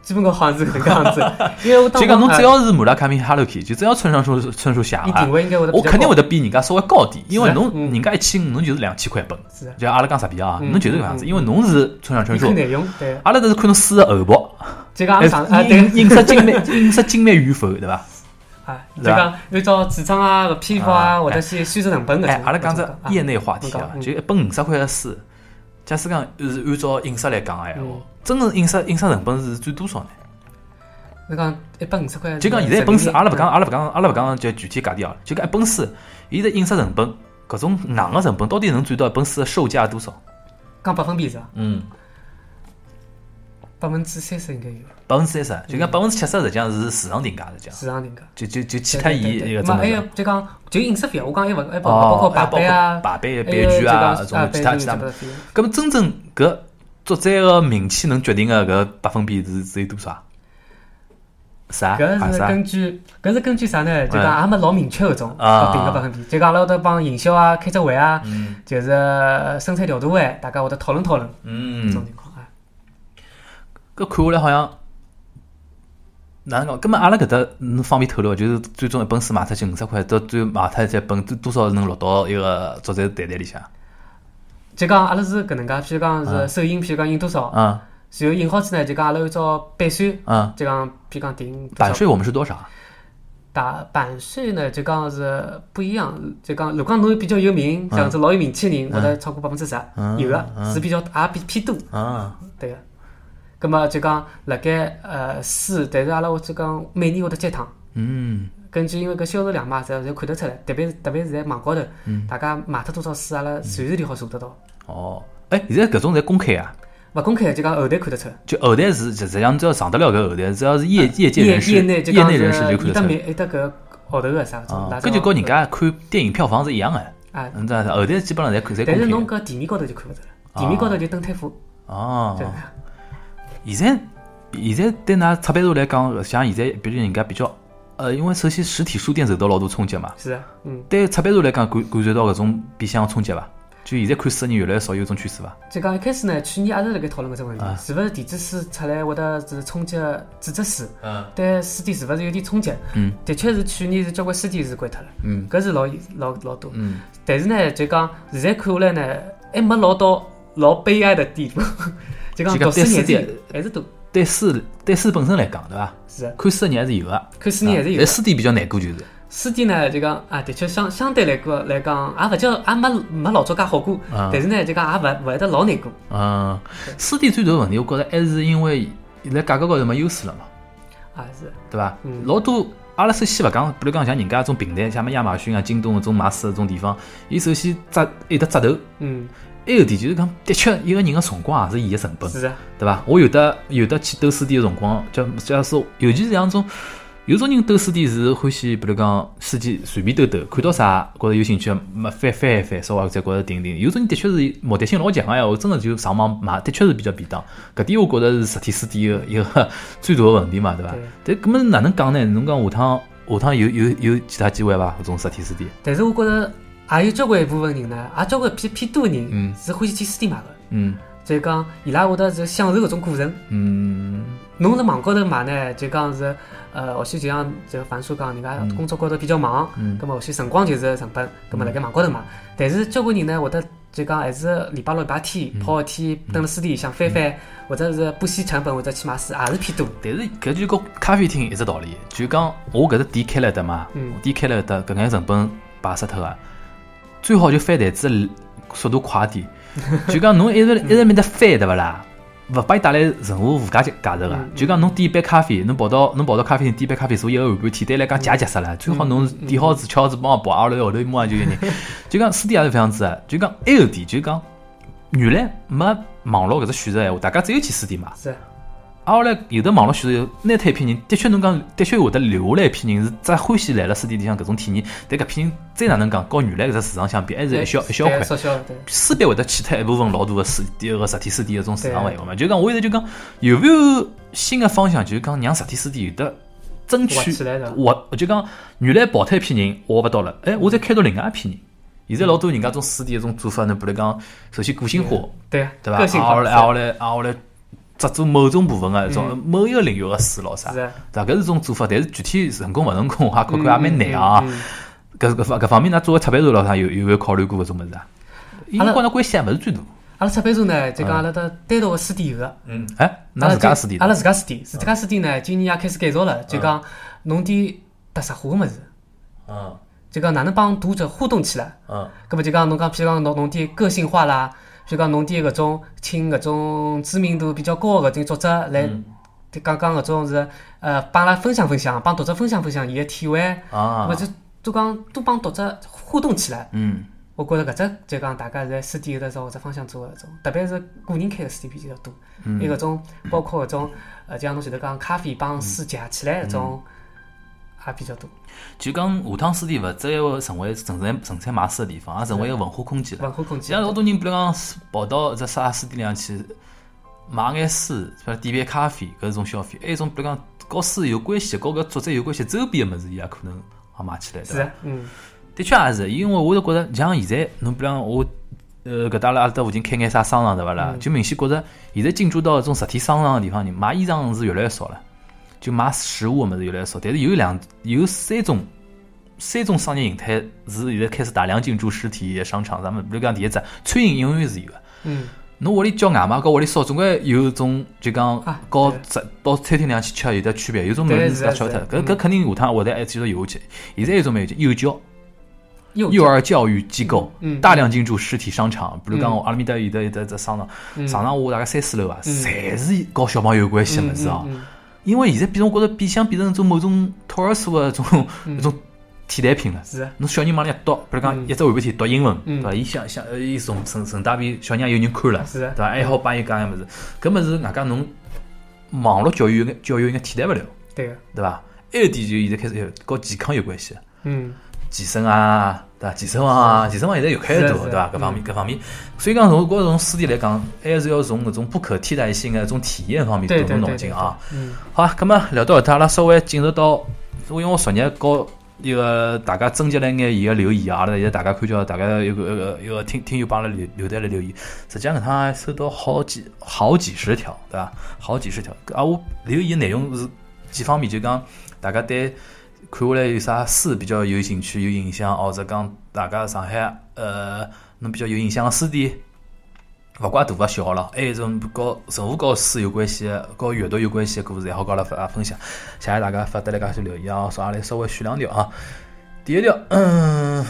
C: 基本高好像是搿能介样 子，因为我呃当
B: 就讲侬
C: 时
B: 只要是马拉卡米哈洛基，就只要村上春树春树写
C: 伊定
B: 个，
C: 位应该会得比
B: 我
C: 较
B: 肯定
C: 高
B: 会得比人家稍微高点，因为
C: 是啊
B: 侬
C: 嗯
B: 人家一千五，侬就是两千块一本，
C: 是 啊，
B: 就阿拉讲啥比啊？
C: 嗯
B: 侬就是搿样子，
C: 嗯
B: 因为侬是村上春
C: 伊
B: 树
C: 看，内容对，
B: 阿拉都是看侬书个厚薄，
C: 就讲上啊
B: 哎
C: 对
B: 印印刷精美，印刷精美与否，对伐？
C: 啊，就
B: 对吧
C: 讲按照纸张啊、批发啊，
B: 啊
C: 或者是宣传成本搿
B: 哎
C: 种，，
B: 阿拉讲
C: 搿
B: 只
C: 种啊
B: 业内话题
C: 侬
B: 啊
C: 讲，嗯
B: 就一本五十块的书，假使讲是按照印刷来讲个闲话
C: 嗯，
B: 真正印刷印刷成本是占多少呢？
C: 侬讲一百五十块，
B: 就讲现在一本书，阿拉勿讲，阿拉勿讲，阿拉勿讲就具体价钿哦，就讲一本书，伊的印刷成本，搿种硬个成本到底能占到一本书的售价多少？
C: 讲百分比是吧？
B: 嗯，
C: 百分之三十应该有
B: 百分之三十，就
C: 嗯
B: 讲百分之七十实际上是市场定价，实际上
C: 市场定价。
B: 就就就其
C: 对
B: 他
C: 对
B: 伊
C: 对哎
B: 一个
C: 对
B: 怎
C: 嘛，
B: 么
C: 还有
B: 样？
C: 就讲就印刷费啊，我讲还勿还包包括
B: 哦，
C: 版
B: 包括
C: 费啊，
B: 版费、
C: 还
B: 版
C: 有就
B: 权啊，
C: 讲啊
B: 种其他
C: 版
B: 其
C: 权
B: 他
C: 这。个费用
B: 咁么真正搿作者个名气能决定个搿百分比是只有多少啊？啥？啊
C: 搿是
B: 啥？
C: 根据搿是根据啥呢？就讲也没老明确搿种
B: 啊嗯
C: 搿定个百分比，就讲阿拉会得帮营销啊开只会啊，就是生产调查会，大家会得讨论讨论搿种
B: 嗯，
C: 情况啊。
B: 搿看下来好像哪能讲？咁么阿拉搿搭能方便透露伐，就是最终一本书卖出去五十块，到最后卖出去一本多多少能落到一个作者袋袋里向？
C: 就讲阿拉是搿能介，譬如讲
B: 啊
C: 是首印，譬如讲印多少，然
B: 嗯
C: 后印好之后呢，就讲阿拉按照版税，
B: 嗯，
C: 就讲譬如讲定多
B: 版
C: 少
B: 税我们是多少？啊
C: 打版税呢，就讲是不一样，就讲如果侬比较有名，
B: 嗯
C: 像是老有名气的人，或者超过百分之十，有的是比较也比偏多，
B: 嗯，
C: 对个。葛么就讲辣盖呃书，但是阿拉会就讲每年会得接一趟，
B: 嗯，
C: 根据因为搿销售量嘛，侪侪看得出来，特别是特别是在网高头，
B: 嗯
C: 大家卖脱多少书，阿拉随时里好查得到，
B: 哦，哎，现在搿种侪公开啊，
C: 勿公开就讲后台看得出。
B: 就后台是实际上只要上得了搿后台，只要是业业界
C: 业
B: 人士，
C: 啊业内就
B: 业
C: 讲
B: 内
C: 是
B: 人士就看得
C: 有得
B: 出来。
C: 名，有得搿号头个啥搿种
B: 啊，
C: 大
B: 搿
C: 众
B: 就跟人家看电影票房是一样的，
C: 啊，
B: 嗯，这后台基本上侪看侪
C: 但是
B: 公
C: 侬
B: 开。
C: 搿地面高头就看勿着了，地面高头就登摊户，
B: 哦
C: 对，个。
B: 现在现在对㑚出版社来讲，像现在比如人家比较，呃，因为首先实体书店受到老大冲击嘛，
C: 是啊，嗯，
B: 对出版社来讲感感受到搿种变相冲击伐？就现在看书的人越来越少，有种趋势伐？
C: 就讲一开始呢，去年也是辣盖讨论搿只问题，
B: 啊
C: 是勿是电子书出来会得是冲击纸质书，
D: 嗯，
C: 对书店是勿是有点冲击？
B: 嗯，
C: 的确是去年是交关书店是关脱了，
B: 嗯，
C: 搿是老老老多。
B: 嗯，
C: 但是呢，就讲现在看下来呢，还没老到老悲哀的地步， 就讲
B: 就讲
C: 读书
B: 对书
C: 人还是
B: 店
C: 有还是多，
B: 对书对书本身来讲，对伐？
C: 是啊，
B: 看书的人还是有的，啊
C: 看书人还是有
B: 但。书店比较难过，就是
C: 书店呢，就讲啊，的确相相对来讲来讲，也勿叫也啊没没老早介好过，
B: 啊
C: 但是呢，就讲也勿勿会得老难过。
B: 嗯，书店最大的问题，我觉着还是因为辣价格高头没优势了嘛，
C: 啊是，
B: 对伐？
C: 嗯
B: 老多阿拉首先勿讲，比如讲像人家种平台，像么亚马逊啊、京东搿种卖书搿种地方，伊首先扎有得扎头，
C: 嗯，
B: 还有点就是讲，的确一个人个辰光也是伊个成本，
C: 是啊，
B: 对伐？我有的有的去兜书店个辰光，假假使尤其是像种。有种人兜书店是欢喜，比如讲书店随便兜兜，看到啥觉着有兴趣，么翻翻一翻，稍微再觉着定定。有种人的确是目的性老强个呀，我真的就上网买，的确是比较便当。搿点我觉着是实体书店个一个 最大个问题嘛，对伐？但搿么哪能讲呢？侬讲下趟下趟有有有其他机会伐？搿种实体书店，
C: 但是我觉着也有交关一部分人呢，也交关偏偏多人
B: 嗯
C: 是欢喜去书店买个，
B: 嗯
C: 就讲伊拉会得是享受搿种过程。
B: 嗯
C: 侬辣网高头买呢，就讲是呃，或许就像就樊叔讲，人家工作高头比较忙，
B: 嗯
C: 咁么或许辰光就是成本，咁么辣盖网高头买。但是交关人呢，会得就讲还是礼拜六、礼拜天泡一天，蹲辣书店里向翻翻，或者是不惜成本或者去买书，也是偏多。
B: 但是搿就跟咖啡厅一只道理，就讲我搿只店开了的嘛，
C: 嗯
B: 店开了的搿眼成本摆杀脱个，最好就翻台子速度快点。就讲侬一
C: 嗯
B: 直一直面搭翻对勿啦？勿帮伊带来任何附加价价值个
C: 嗯。
B: 就讲侬点一杯咖啡，侬跑到侬跑到咖啡厅点一杯咖啡，坐一个下半天，对伊来讲
C: 嗯
B: 解急死了。最好侬点好子，吃好子帮我跑，阿拉后头马上就有人。 就讲书店也是这样子个，啊就讲还有点，就讲原来没网络搿只选择闲话，大家只有去书店买。
C: 是啊，
B: 啊，后来有的网络选择，拿脱一批人，的确侬讲，的确会得留下来一批人是只欢喜来了书店里向搿种体验，但搿批人再哪能讲，和原来搿只市场相比，还是一小一小块
C: 对。缩小了对。
B: 势必会得去脱一部分老大个实体个实体书店搿种市场范围嘛。就讲我现在就讲有没有新个方向，就是讲让实体书店有得争
C: 活
B: 取
C: 起来了
B: 我就讲原来跑脱一批人，我勿到了，哎，我再开拓另外一批人。现
C: 嗯
B: 在老多人家种书店一种做法呢，比如讲，首先个性化，
C: 对啊，
B: 对伐？
C: 个性
B: 啊，
C: 化嗯
B: 后来啊，后来啊，后来只做某种部分个一种某一个领域个书咯啥，
C: 是
B: 对
C: 啊
B: 伐？搿是种做法，但是具体成功勿成功，我也看看也蛮难啊
C: 嗯嗯嗯。
B: 搿搿方搿方面，㑚作为出版社老啥有有没有考虑过搿种物事啊？因为
C: 拉
B: 跟㑚关系也勿是最大。
C: 阿拉出版社呢，就讲阿拉的单独个书店有个，
D: 嗯，
B: 哎，㑚
C: 阿拉
B: 自家
C: 就
B: 书店
C: 阿
B: 的，
C: 拉自家书店，自家书店呢，今年也开始改造了，就讲弄点特色化个物事，
D: 嗯，
C: 就讲哪能帮读者互动起来。
D: 嗯，
C: 搿么就讲侬讲，譬如讲侬弄点个性化啦，譬如讲弄点搿种请搿种知名度比较高个搿种作者来讲讲搿种是呃帮阿拉分享分享，帮读者分享分享伊个体会，
B: 啊
C: 或者就讲多帮读者互动起来。
B: 嗯，
C: 我觉着搿只就讲大家现在书店有的朝搿只方向做搿种，特别是个人开个书店比较多，有搿种包括搿种呃，就像侬前头讲咖啡帮书结合起来搿种也比较多，
B: 就讲下趟书店勿只要成为纯粹纯粹买书的地方，也成为一个文化空间了。
C: 文化空
B: 像
C: 间。
B: 老多人，比如讲跑到只啥书店里向去买眼书，比如点杯咖啡，搿是种消费；还有一种比如讲和书有关系、和搿作者有关系周边个物事，伊也可能也买起来。对
C: 是
B: 伐
C: 啊，嗯，
B: 的确也是，因为我是觉着像现在，侬比方我，呃，搿搭了阿拉搭附近开眼啥商场对勿啦？
C: 嗯
B: 就明显觉着现在进驻到搿种实体商场个地方，人买衣裳是越来越少了，就买食物个物事越来越少。但是有两有三种三种商业形态是现在开始大量进驻实体商场，咱们比如讲第一只餐饮永远是有个。
C: 嗯，
B: 侬屋里叫外卖和屋里烧，总归有一种就讲
C: 啊
B: 和
C: 对
B: 食到餐厅里向去吃有得区别，有种物
C: 对
B: 事
C: 嗯是
B: 自家
C: 的
B: 吃勿
C: 是
B: 脱。
C: 的
B: 搿搿肯定下趟会得还继续有下去。现在有种没有幼教。
C: 幼
B: 幼儿教育机构
C: 嗯嗯
B: 大量进驻实体商场，比如讲
C: 嗯
B: 我阿拉面搭有的有的只商场，
C: 嗯
B: 商场下大概三四楼啊，侪是和小朋友有关系的物事哦。
C: 嗯嗯嗯
B: 因为现在变成我觉着变相变成一种某种托儿所的一种 一种替代品了。
C: 嗯是，啊
B: 侬小人往里向读，比如讲
C: 嗯
B: 一只绘本体读英文，对
C: 嗯
B: 伐？伊想想，呃伊从顺顺带便小人也有人看了，
C: 是啊嗯
B: 对伐？还好帮伊讲个物事，搿物事外加侬网络教育有眼教育有眼替代勿了，
C: 对啊个，
B: 对伐？还有一点就现在开始有和健康有关系，
C: 嗯，
B: 健身啊，对伐？健身房啊，健身房现在有开
C: 是
B: 多，
C: 的
B: 对
C: 是的嗯
B: 伐？各方面各方面，所以讲从我从书店来讲，还是要从搿种不可替代性个一种体验方面
C: 对
B: 动
C: 对
B: 动
C: 对
B: 脑
C: 对
B: 筋啊。，
C: 对嗯，
B: 好啊，咁啊，聊到搿搭，阿拉稍微进入到，因为我昨日和一个大家征集了一眼伊个留言啊，阿拉现在大家看叫大家有个有个有个听听友帮阿拉留留下来留言，实际上搿趟还收到好几好几十条，对伐？好几十条，啊，我留言内容是几方面，就讲大家对看下来有啥书比较有兴趣、有印象，或者讲大家上海呃，侬比较有印象个书店。勿怪大勿小了，还有一种和任何和书有关系的、和阅读有关系的故事，也好跟阿拉分分享。谢谢大家发得来介些留言啊，说阿拉稍微选两条啊。第一条，嗯，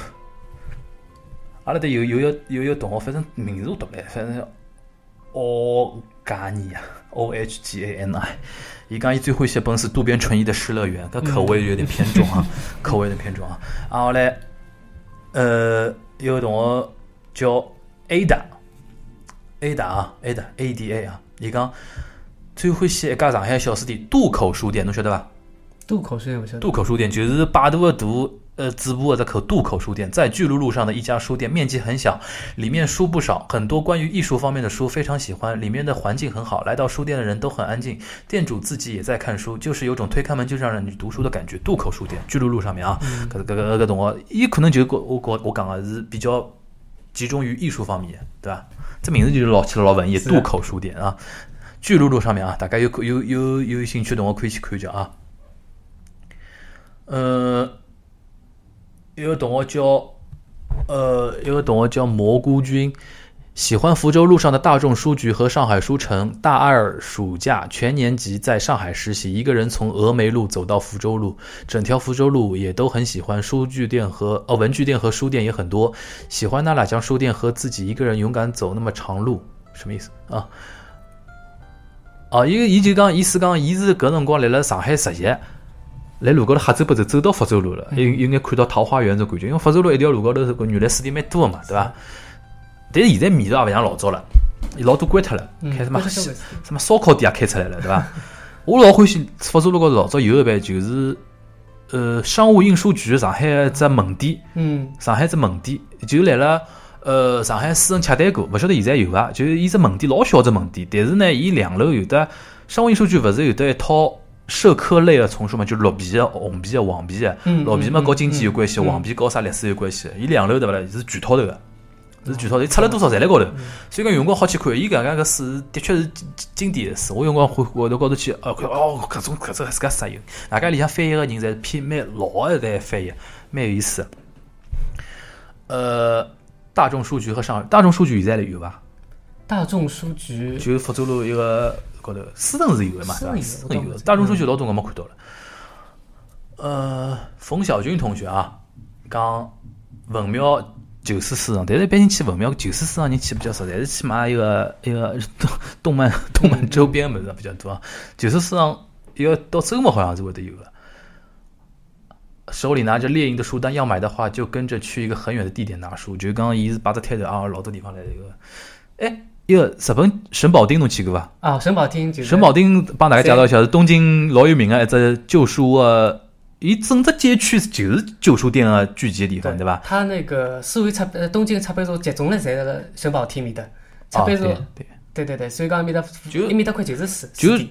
B: 阿拉搭有有一个有一个同学，反正名字我读不来，反正奥加尼啊，O H G A N I。伊讲伊最欢喜一本是渡边淳一的《失乐园》，搿口味有点偏重啊， 口味有点偏重啊。啊，后来，呃，有个同学叫 Ada。A 打啊，A 打 A D A 啊，伊讲最欢喜一家上海小书店渡口书店，侬晓得伐？
C: 渡口虽然勿晓得，
B: 渡口书店就是百度的渡，呃，字部的这口渡口书店，在巨鹿路上的一家书店，面积很小，里面书不少，很多关于艺术方面的书，非常喜欢。里面的环境很好，来到书店的人都很安静，店主自己也在看书，就是有种推开门就让人读书的感觉。渡口书店，巨鹿路上面啊，搿搿搿搿懂学，伊可能就是我我我我讲个是比较集中于艺术方面，对伐？这名字就是老起了老文艺，
C: 是
B: 渡口书店啊。巨鹿路上面啊，大家有有有有兴趣的同学可以去看一下啊。呃，有个同学叫呃，有个同学叫蘑菇君，喜欢福州路上的大众书局和上海书城。大二暑假全年级在上海实习，一个人从峨眉路走到福州路，整条福州路也都很喜欢。书具店和呃文具店和书店也很多，喜欢那两家书店和自己一个人勇敢走那么长路，什么意思啊？哦，伊伊就讲，意思讲，伊是搿辰光辣辣上海实习，来路高头瞎走八走，走到福州路了，有有眼看到桃花源这感觉，因为福州路一条路高头是搿原来书店蛮多个嘛，对伐？但是现在味道也勿像老早了，伊老多关脱了，
C: 嗯
B: 开什么
C: 关脱消费
B: 什么烧烤店也开出来了，对伐？ 我老欢喜福州路高头老早有一爿就是，呃，商务印书局上海一只门店，
C: 嗯，
B: 上海只门店，就来了呃上海私人洽谈股，勿晓得现在有伐？就是伊只门店老小只门店，但是呢，伊两楼有的商务印书局勿是有得一套社科类的丛书嘛，就绿皮的、红皮的、黄皮的
C: 嗯，
B: 绿皮嘛
C: 嗯
B: 和经济有
C: 嗯
B: 关系，
C: 嗯
B: 黄皮和啥历史有关系。伊两楼对勿啦？是全套头个。是全套头，伊出了多少侪辣高头，所以讲有辰光好去看。伊搿能介个书的确是经经典的书，我有辰光会会头高头去哦看哦，搿种搿种自家啥有，外加里向翻译个人侪偏蛮老个一代翻译，蛮有意思的。呃，大众书局和上海大众书局现在有伐？
C: 大众书局，
B: 就是福州路一个高头，斯顿是有的嘛，对
C: 斯
B: 吧？斯
C: 顿有
B: 顿有
C: 我
B: 的，
C: 懂
B: 大众书局老多辰光没看到了。呃，冯小军同学啊，讲文庙旧书市场，但是一般人去文庙旧书市场人去比较少，侪是去买一个一个 动动漫动漫周边的物事比较多啊。旧书市场一个到周末好像是会得有的。手里拿着猎鹰的书单，要买的话就跟着去一个很远的地点拿书。就是刚刚伊是把这贴的啊，老多地方来一个。哎，一个日本神保町侬去过伐？
C: 啊，沈宝町就是
B: 沈保町帮大家介绍一下，是东京老有名个一只旧书个，伊整只街区就是旧书店个聚集的地方，对伐？
C: 它那个四维出呃东京出版社集中了，侪辣沈宝町面搭，出
B: 啊，
C: 版
B: 对
C: 社
B: 对，
C: 对对对，所以讲面搭
B: 就
C: 伊面搭块就是书，
B: 就
C: 书店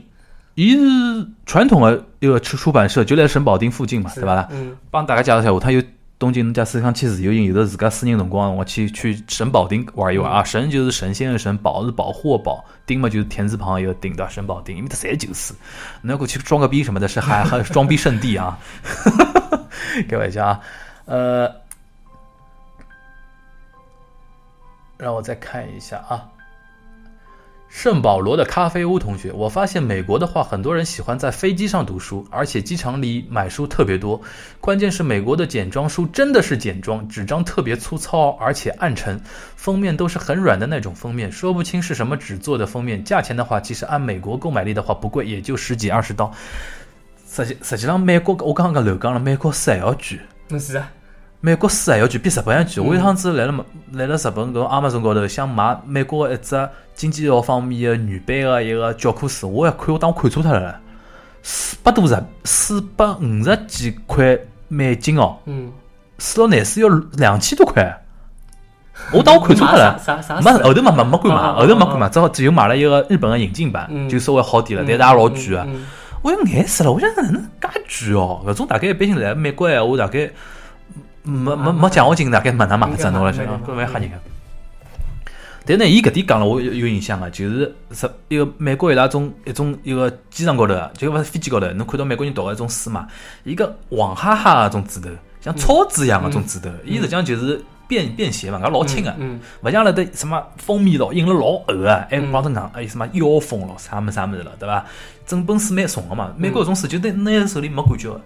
B: 伊是传统个一个出出版社，就辣沈保町附近嘛，
C: 是
B: 对伐啦？
C: 嗯，
B: 帮大家介绍一下，下趟有东京人家思想去自由行，有的自家私人辰光，我去去神保町玩一玩啊。神就是神仙的神，保是保护的保，町嘛就是田字旁一个町，对吧？神保町，因为它侪旧书，你要过去装个逼什么的，是还还装逼圣地啊。 开玩笑啊，呃，让我再看一下啊。圣保罗的咖啡屋同学，我发现美国的话，很多人喜欢在飞机上读书，而且机场里买书特别多。关键是美国的简装书真的是简装，纸张特别粗糙，而且暗沉，封面都是很软的那种封面，说不清是什么纸做的封面。价钱的话，其实按美国购买力的话不贵，也就十几二十刀。实际实际上，美国我刚刚漏讲了，美国书还要贵。
C: 嗯是啊，
B: 美国书还要贵，比日本还贵。我一趟子来了嘛，来了日本搿 Amazon 高头，想买美国一只经济学方面的原版的一个教科书，我一看我当看错脱了，四百多日，四百五十几块美金哦，
C: 嗯，
B: 四到廿四要两千多块。我当我看错脱 了，
C: 啥啥
B: 没哦
C: 啥
B: 后头没没没敢买，
C: 啊
B: 后头没敢买，只好只有买了一个日本的引进版，
C: 嗯
B: 就稍微好点了，但是
C: 嗯
B: 也老贵啊。
C: 嗯嗯
B: 我有眼死了，我想哪能介贵哦？搿种大概一般性来美国闲话，大概没没没奖学金，大概没哪买只侬了，想搿蛮吓人个。但呢，伊搿点讲了，我有有印象个，就是是一个美国伊拉种一种一个机场高头啊，就勿是飞机高头，侬看到美国人读个一种书嘛，伊个黄哈哈个种纸头，像草纸一样个种纸头，伊实际上就是便便携嘛，搿老轻个、啊
C: 嗯，
B: 勿像了得什么封面咯，印了老厚啊，还帮着硬，还有什么腰封咯，啥么啥么子了，对伐？整本书蛮重个嘛，美国搿种书就拿拿在手里没感觉个。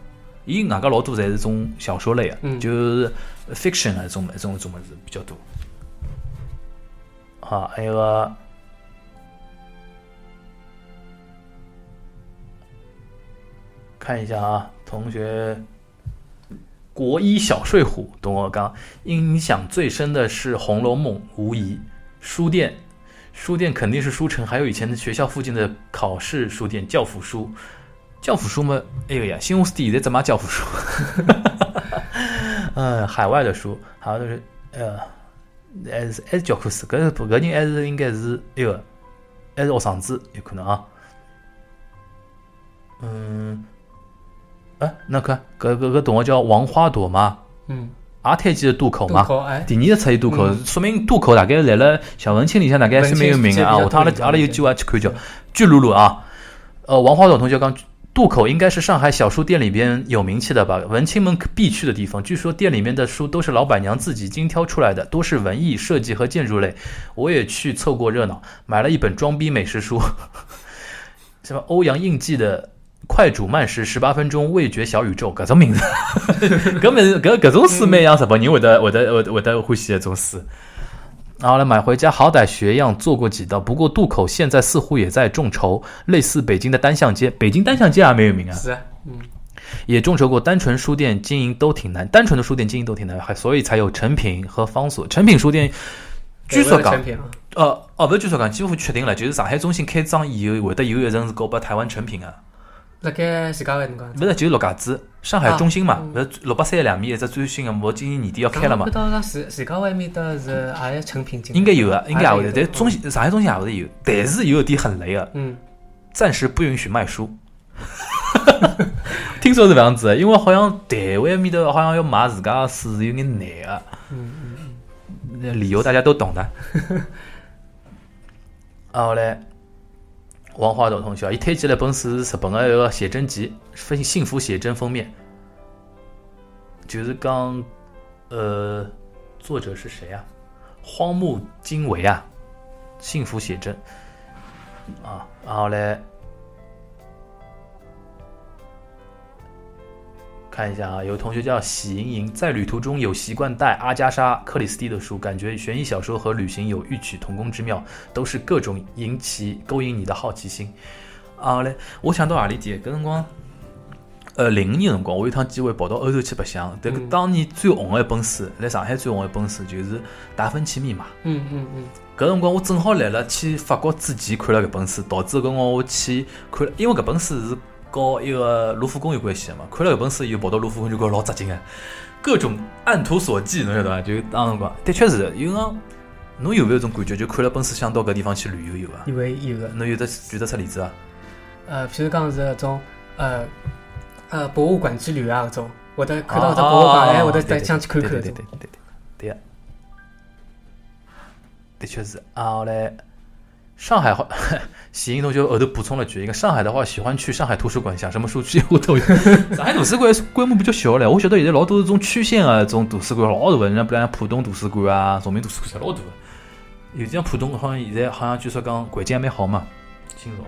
B: 伊外加老多侪是种小说类个，
C: 嗯
B: 就是 fiction 啊，种物种种物事比较多。啊，还有个看一下啊，同学，国医小睡虎，懂我刚印象最深的是《红楼梦》，无疑。书店，书店肯定是书城，还有以前的学校附近的考试书店教辅书。教辅书嘛，哎呦呀，新红书店现在只卖教辅书。嗯，海外的书，还有就是呃，还是还是教科书，搿是搿人还是应该是哎呦，还是学生子有可能啊。嗯，哎，那看搿搿搿同学叫王花朵嘛，
C: 嗯，
B: 也推荐渡口
C: 渡
B: 嘛。
C: 口哎，
B: 第二次出现渡口，
C: 嗯
B: 说明渡口大概来了小文青里向大概是蛮有名的啊。下
C: 文
B: 趟
C: 青
B: 阿拉
C: 世界比较
B: 阿拉有
C: 多
B: 机会也去看叫巨鹿鹿啊。呃，王花朵同学刚。渡口应该是上海小书店里边有名气的吧，文青们必去的地方。据说店里面的书都是老板娘自己精挑出来的，多是文艺、设计和建筑类。我也去凑过热闹，买了一本装逼美食书， 什么欧阳应季的《快煮慢食十八分钟味觉小宇宙》，搿种名字， 搿么搿搿种书蛮像日本人会得会得会得会得欢喜的一种书。然后来买回家，好歹学样做过几道。不过渡口现在似乎也在众筹，类似北京的单向街。北京单向街还蛮有名啊，
C: 是啊，嗯，
B: 也众筹过。单纯书店经营都挺难，单纯的书店经营都挺难，还所以才有成品和方所。成品书店，据说讲
C: 产品啊，
B: 呃，哦，勿是据说讲，几乎确定了，就是上海中心开张以后，会得有一层是搞拨台湾成品个、
C: 辣盖徐家汇辰光，
B: 勿是就是陆家嘴上海中心嘛
C: 啊，嗯
B: 勿是六百三十两米一只最新个，我今年年底要开了嘛
C: 我看，到讲徐徐家汇埃面搭是也有成品进来，
B: 应该有个，应该也会
C: 嗯有
B: 得，
C: 的
B: 但中心上海中心也会得有，但是有一点很雷个、
C: 嗯，
B: 暂时不允许卖书。 听说是这样子的，因为好像台湾面头好像要买自家的书是有点难的。嗯嗯。理由大家都懂的。啊，后来王华斗同学啊，伊推荐了本书是日本的一个写真集，分幸福写真封面，就是讲呃，作者是谁啊？荒木经惟啊，幸福写真。啊，然后嘞，看一下啊，有同学叫喜盈盈，在旅途中有习惯带阿加莎·克里斯蒂的书，感觉悬疑小说和旅行有异曲同工之妙，都是各种引起勾引你的好奇心。啊后嘞，我想到阿里点，搿辰光。呃，零五年辰光，我有一趟机会跑到欧洲去白相，但
C: 嗯
B: 当年最红的一本书，来上海最红的一本书就是《达芬奇密码》。
C: 嗯嗯嗯，
B: 搿辰光我正好来了去法国之前看了搿本书，导致搿辰光我去看了，因为搿本书是和一个卢浮宫有关系的嘛，看了搿本书以后跑到卢浮宫就觉着老扎劲个，各种按图索骥，侬晓得伐？就当辰光的确是，有辰光侬有没有一种感觉，就看了本书想到搿地方去旅游游啊？
C: 有个有个，
B: 侬有得举得出例子伐？
C: 呃，譬如讲是搿种呃呃博物馆之旅啊搿种，会得看到只博物
B: 哦
C: 馆，哎，会得再想去看看
B: 对
C: 搿
B: 对对
C: 种
B: 对，对对对，的确是啊。后来上 海话，喜英同学后头补充了句，一个上海的话喜欢去上海图书馆，想什么书 几乎都有。上海图书馆规模比较小嘞，我晓得现在老多是种区县啊，种图书馆老大的，像比如像浦东图书馆啊、崇明图书馆侪老大的。有点像浦东，好像现在好像据说讲环境还蛮好嘛。新潮，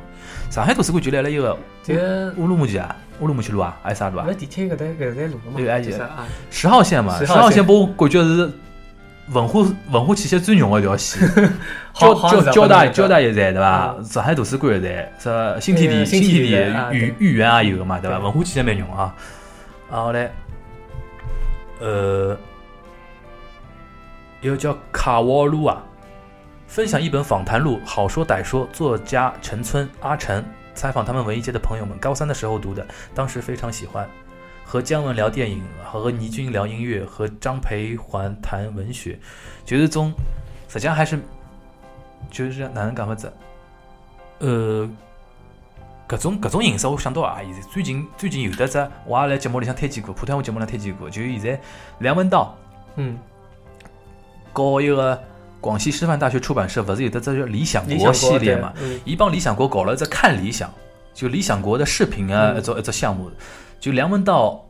B: 上海图书馆就来了一个
C: 这个
B: 乌鲁木齐啊，乌鲁木齐路啊，还是啥路啊
C: 勿是？地铁搿搭搿搭路了嘛？
B: 对哎
C: 就是啊，
B: 十号线嘛，
C: 10
B: 十
C: 号线
B: 号线拨我感觉是文化文化气息最浓的一条线。
C: 好
B: 交
C: 好
B: 交
C: 像
B: 交大
C: 是
B: 交大一站对伐？
C: 嗯
B: 上海图书馆一站，这新天
C: 呃
B: 地
C: 新
B: 新天
C: 天
B: 地
C: 地啊
B: 豫豫园也有个嘛对伐？文化气息蛮浓啊。啊后来，呃，有个叫卡沃路啊，分享一本访谈录，好说歹说，作家陈村阿陈采访他们文艺界的朋友们，高三的时候读的，当时非常喜欢。和姜文聊电影，和倪军聊音乐，和张培环谈文学，觉得中，实际上还是就是哪能讲法子？呃，搿种搿种形式，我想到啊，现在最近最近有得只，我也来节目里向推荐过，普通话节目里向推荐过，就是现在梁文道
C: 嗯，
B: 搞一个广西师范大学出版社，勿是有得只叫理想
C: 理
B: 国
C: 想
B: 系列嘛？
C: 对？嗯
B: 伊帮理想国搞了一只看理想，就理想国的视频啊，
C: 嗯
B: 一只一只项目。就梁文道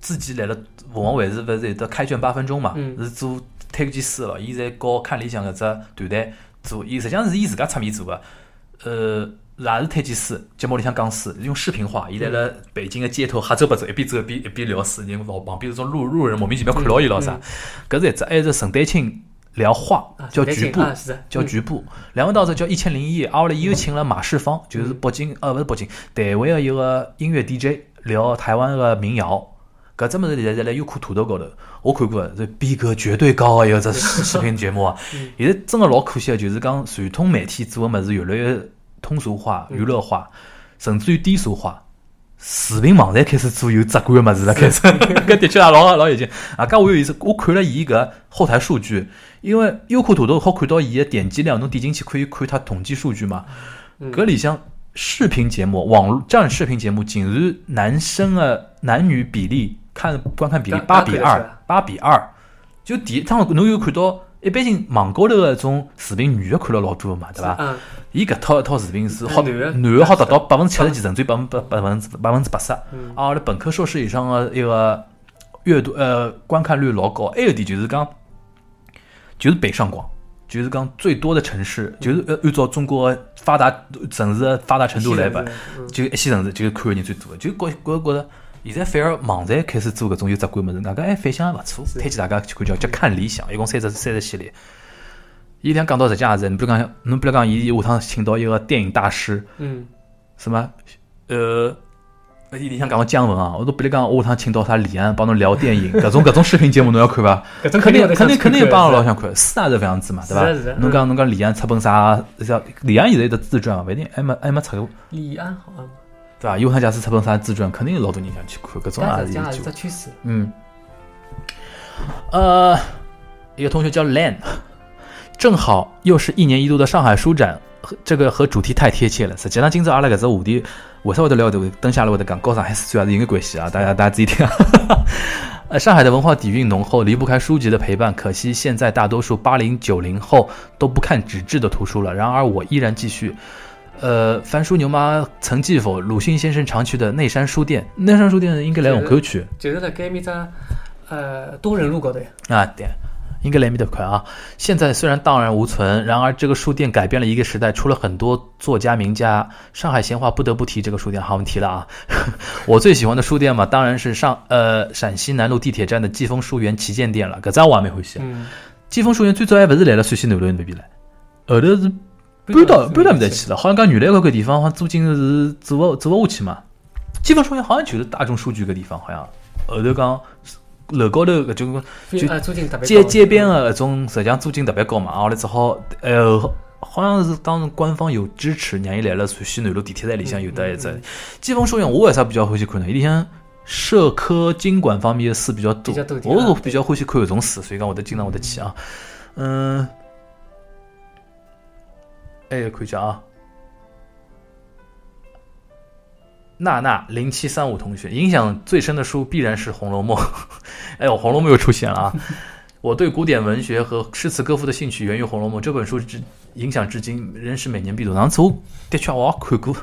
B: 自己来了凤凰卫视，勿是有得开卷八分钟嘛，
C: 嗯
B: 是做推荐师了。伊在搞看理想搿只团队做，伊实际上是伊自家出面做个，呃。也是推荐书，节目里向讲书，用视频化。伊来
C: 嗯
B: 了北京的街头，瞎走八走，一边走一边一边聊书，人老旁边是种路路人莫名其妙看牢伊咯啥
C: 嗯。
B: 搿是一只，还有一只陈丹青聊画
C: 啊，
B: 叫
C: 陈丹
B: 局
C: 青
B: 部，
C: 啊是的
B: 叫
C: 嗯
B: 局部，梁文道这叫一千零一夜，啊，后来伊又请了马世芳，就是北京呃勿是北京，台湾的一个音乐 DJ 聊台湾的民谣，搿只物事现在在来优酷土豆高头，我看过的，这逼格绝对高的一个只视 视频节目啊，现在真的老可惜的，啊就是讲传统媒体做的物事越来越通俗化、娱乐化，甚至于低俗化。视频网站开始做有质感的物事了，开始，搿的确也老老有劲。啊，噶我有意思，我看了伊搿后台数据，因为优酷土豆好看到伊个点击量，侬点进去可以看它统计数据嘛。
C: 嗯
B: 搿里向视频节目、网站视频节目，竟然男生的男女比例看观看比例
C: 搿
B: 八比
C: 搿看得出
B: 二
C: 来，
B: 八比二。就第一趟侬有看到，一般性网高头个种视频，女的看了老多嘛，对伐？
C: 嗯，
B: 伊搿套一套视频啊是好
C: 男的
B: 男的啊好达到百分之七十几，甚至于百分百百分之百分之八十。啊，
C: 嗯
B: 阿拉本科、硕士以上的一个阅读呃观看率老高。还有一点就是讲，就是北上广，就是讲最多的城市，就是呃按照中国发达城市的发达程度来办
C: 一线，城市
B: 就一线城市就是看的人最多的，就觉觉觉着。现在反而网站开始做搿种有质感物事，大家哎反响还勿错，推荐大家去看叫叫看理想，一共三十三十系列。伊两讲到实际也是，侬比如讲，侬比如讲，伊下趟请到一个电影大师，
C: 嗯，
B: 什么呃，伊里向讲到姜文啊，我都比如讲，我下趟请到啥李安帮侬聊电影， 搿种搿种视频节目侬要看 伐？
C: 搿种
B: 肯定
C: 有得
B: 肯定
C: 想
B: 肯定
C: 看
B: 帮
C: 是
B: 老想看，是啊也是搿样子嘛，对
C: 是的是啊嗯
B: 伐
C: 的？
B: 侬讲侬讲李安出本啥？像李安现在有得自传啊嘛，勿一定还没还没出过，
C: 李安好像，
B: 对伐？有趟假使出本啥自传，肯定有老多人想去看，搿种啊也
C: 搿实
B: 是
C: 际
B: 有
C: 上也
B: 机
C: 是
B: 会
C: 只。趋势。
B: 嗯，呃，一个同学叫 Lan，正好又是一年一度的上海书展，和这个和主题太贴切了。实际上，今朝阿拉搿只话题，为啥会得聊到等下来会得讲，跟上海四川还是有眼关系啊？大家大家自己听。 呃，上海的文化底蕴浓厚，离不开书籍的陪伴。可惜现在大多数八零九零后都不看纸质的图书了。然而我依然继续。呃，翻书牛妈曾记否？鲁迅先生常去的内山书店，内山书店应该来虹口区。
C: 就是辣盖埃面只呃多人路高头呀，
B: 啊，对，应该来米得快啊！现在虽然荡然无存，然而这个书店改变了一个时代，出了很多作家名家。上海闲话不得不提这个书店，好，我们提了啊。 我最喜欢的书店嘛，当然是上呃陕西南路地铁站的季风书园旗舰店了，搿只我还没欢喜。
C: 嗯，
B: 季风书园最早还勿是来了陕西南路那边来，后头是搬到搬到面搭去了。好像讲原来搿个地方好像租金是做勿做勿下去嘛。季风书园好像就是大众书局搿地方，好像后头讲楼高头搿种。
C: 非，
B: 就
C: 呃租金特别
B: 街
C: 高
B: 街边啊的搿种，实际上租金特别高嘛，啊，我来只好，呃，好像是当时官方有支持，让伊来了陕西南路地铁站里向有得一
C: 嗯
B: 只。季风书院我为啥比较欢喜看呢？伊里向社科经管方面的书比较多
C: 比较多，点啊
B: 我是比较欢喜看搿种书，所以讲我得经常会得去啊。嗯，哎，看一下啊。娜娜零七三五同学影响最深的书必然是《红楼梦》， 哎呦，《红楼梦》又出现了啊！我对古典文学和诗词歌赋的兴趣源于《红楼梦》这本书至影响至今，仍是每年必读。上次我的确我也看过，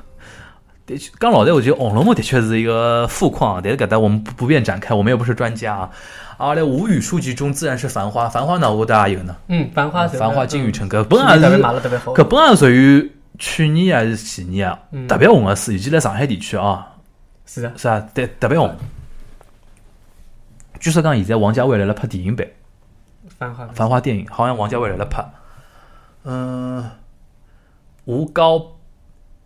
B: 的确，刚老队，我觉得红楼梦的确是一个富矿，但是搿搭我们不不便展开，我们又不是专家啊。啊，来吴语书籍中自然是繁花，繁花哪我大家有呢？
C: 嗯，繁花
B: 繁花金宇
C: 城，
B: 城搿
C: 嗯
B: 本也
C: 特别
B: 是
C: 卖了特别好。
B: 搿本也属于去年还是前年啊
C: 嗯，
B: 特别红个书，尤其来上海地区啊，
C: 是的，
B: 是啊，特特别红。据说讲现在王家卫来了拍电影版《
C: 繁花
B: 繁花》电影，好像王家卫来了拍。
A: 呃
B: 嗯，吴高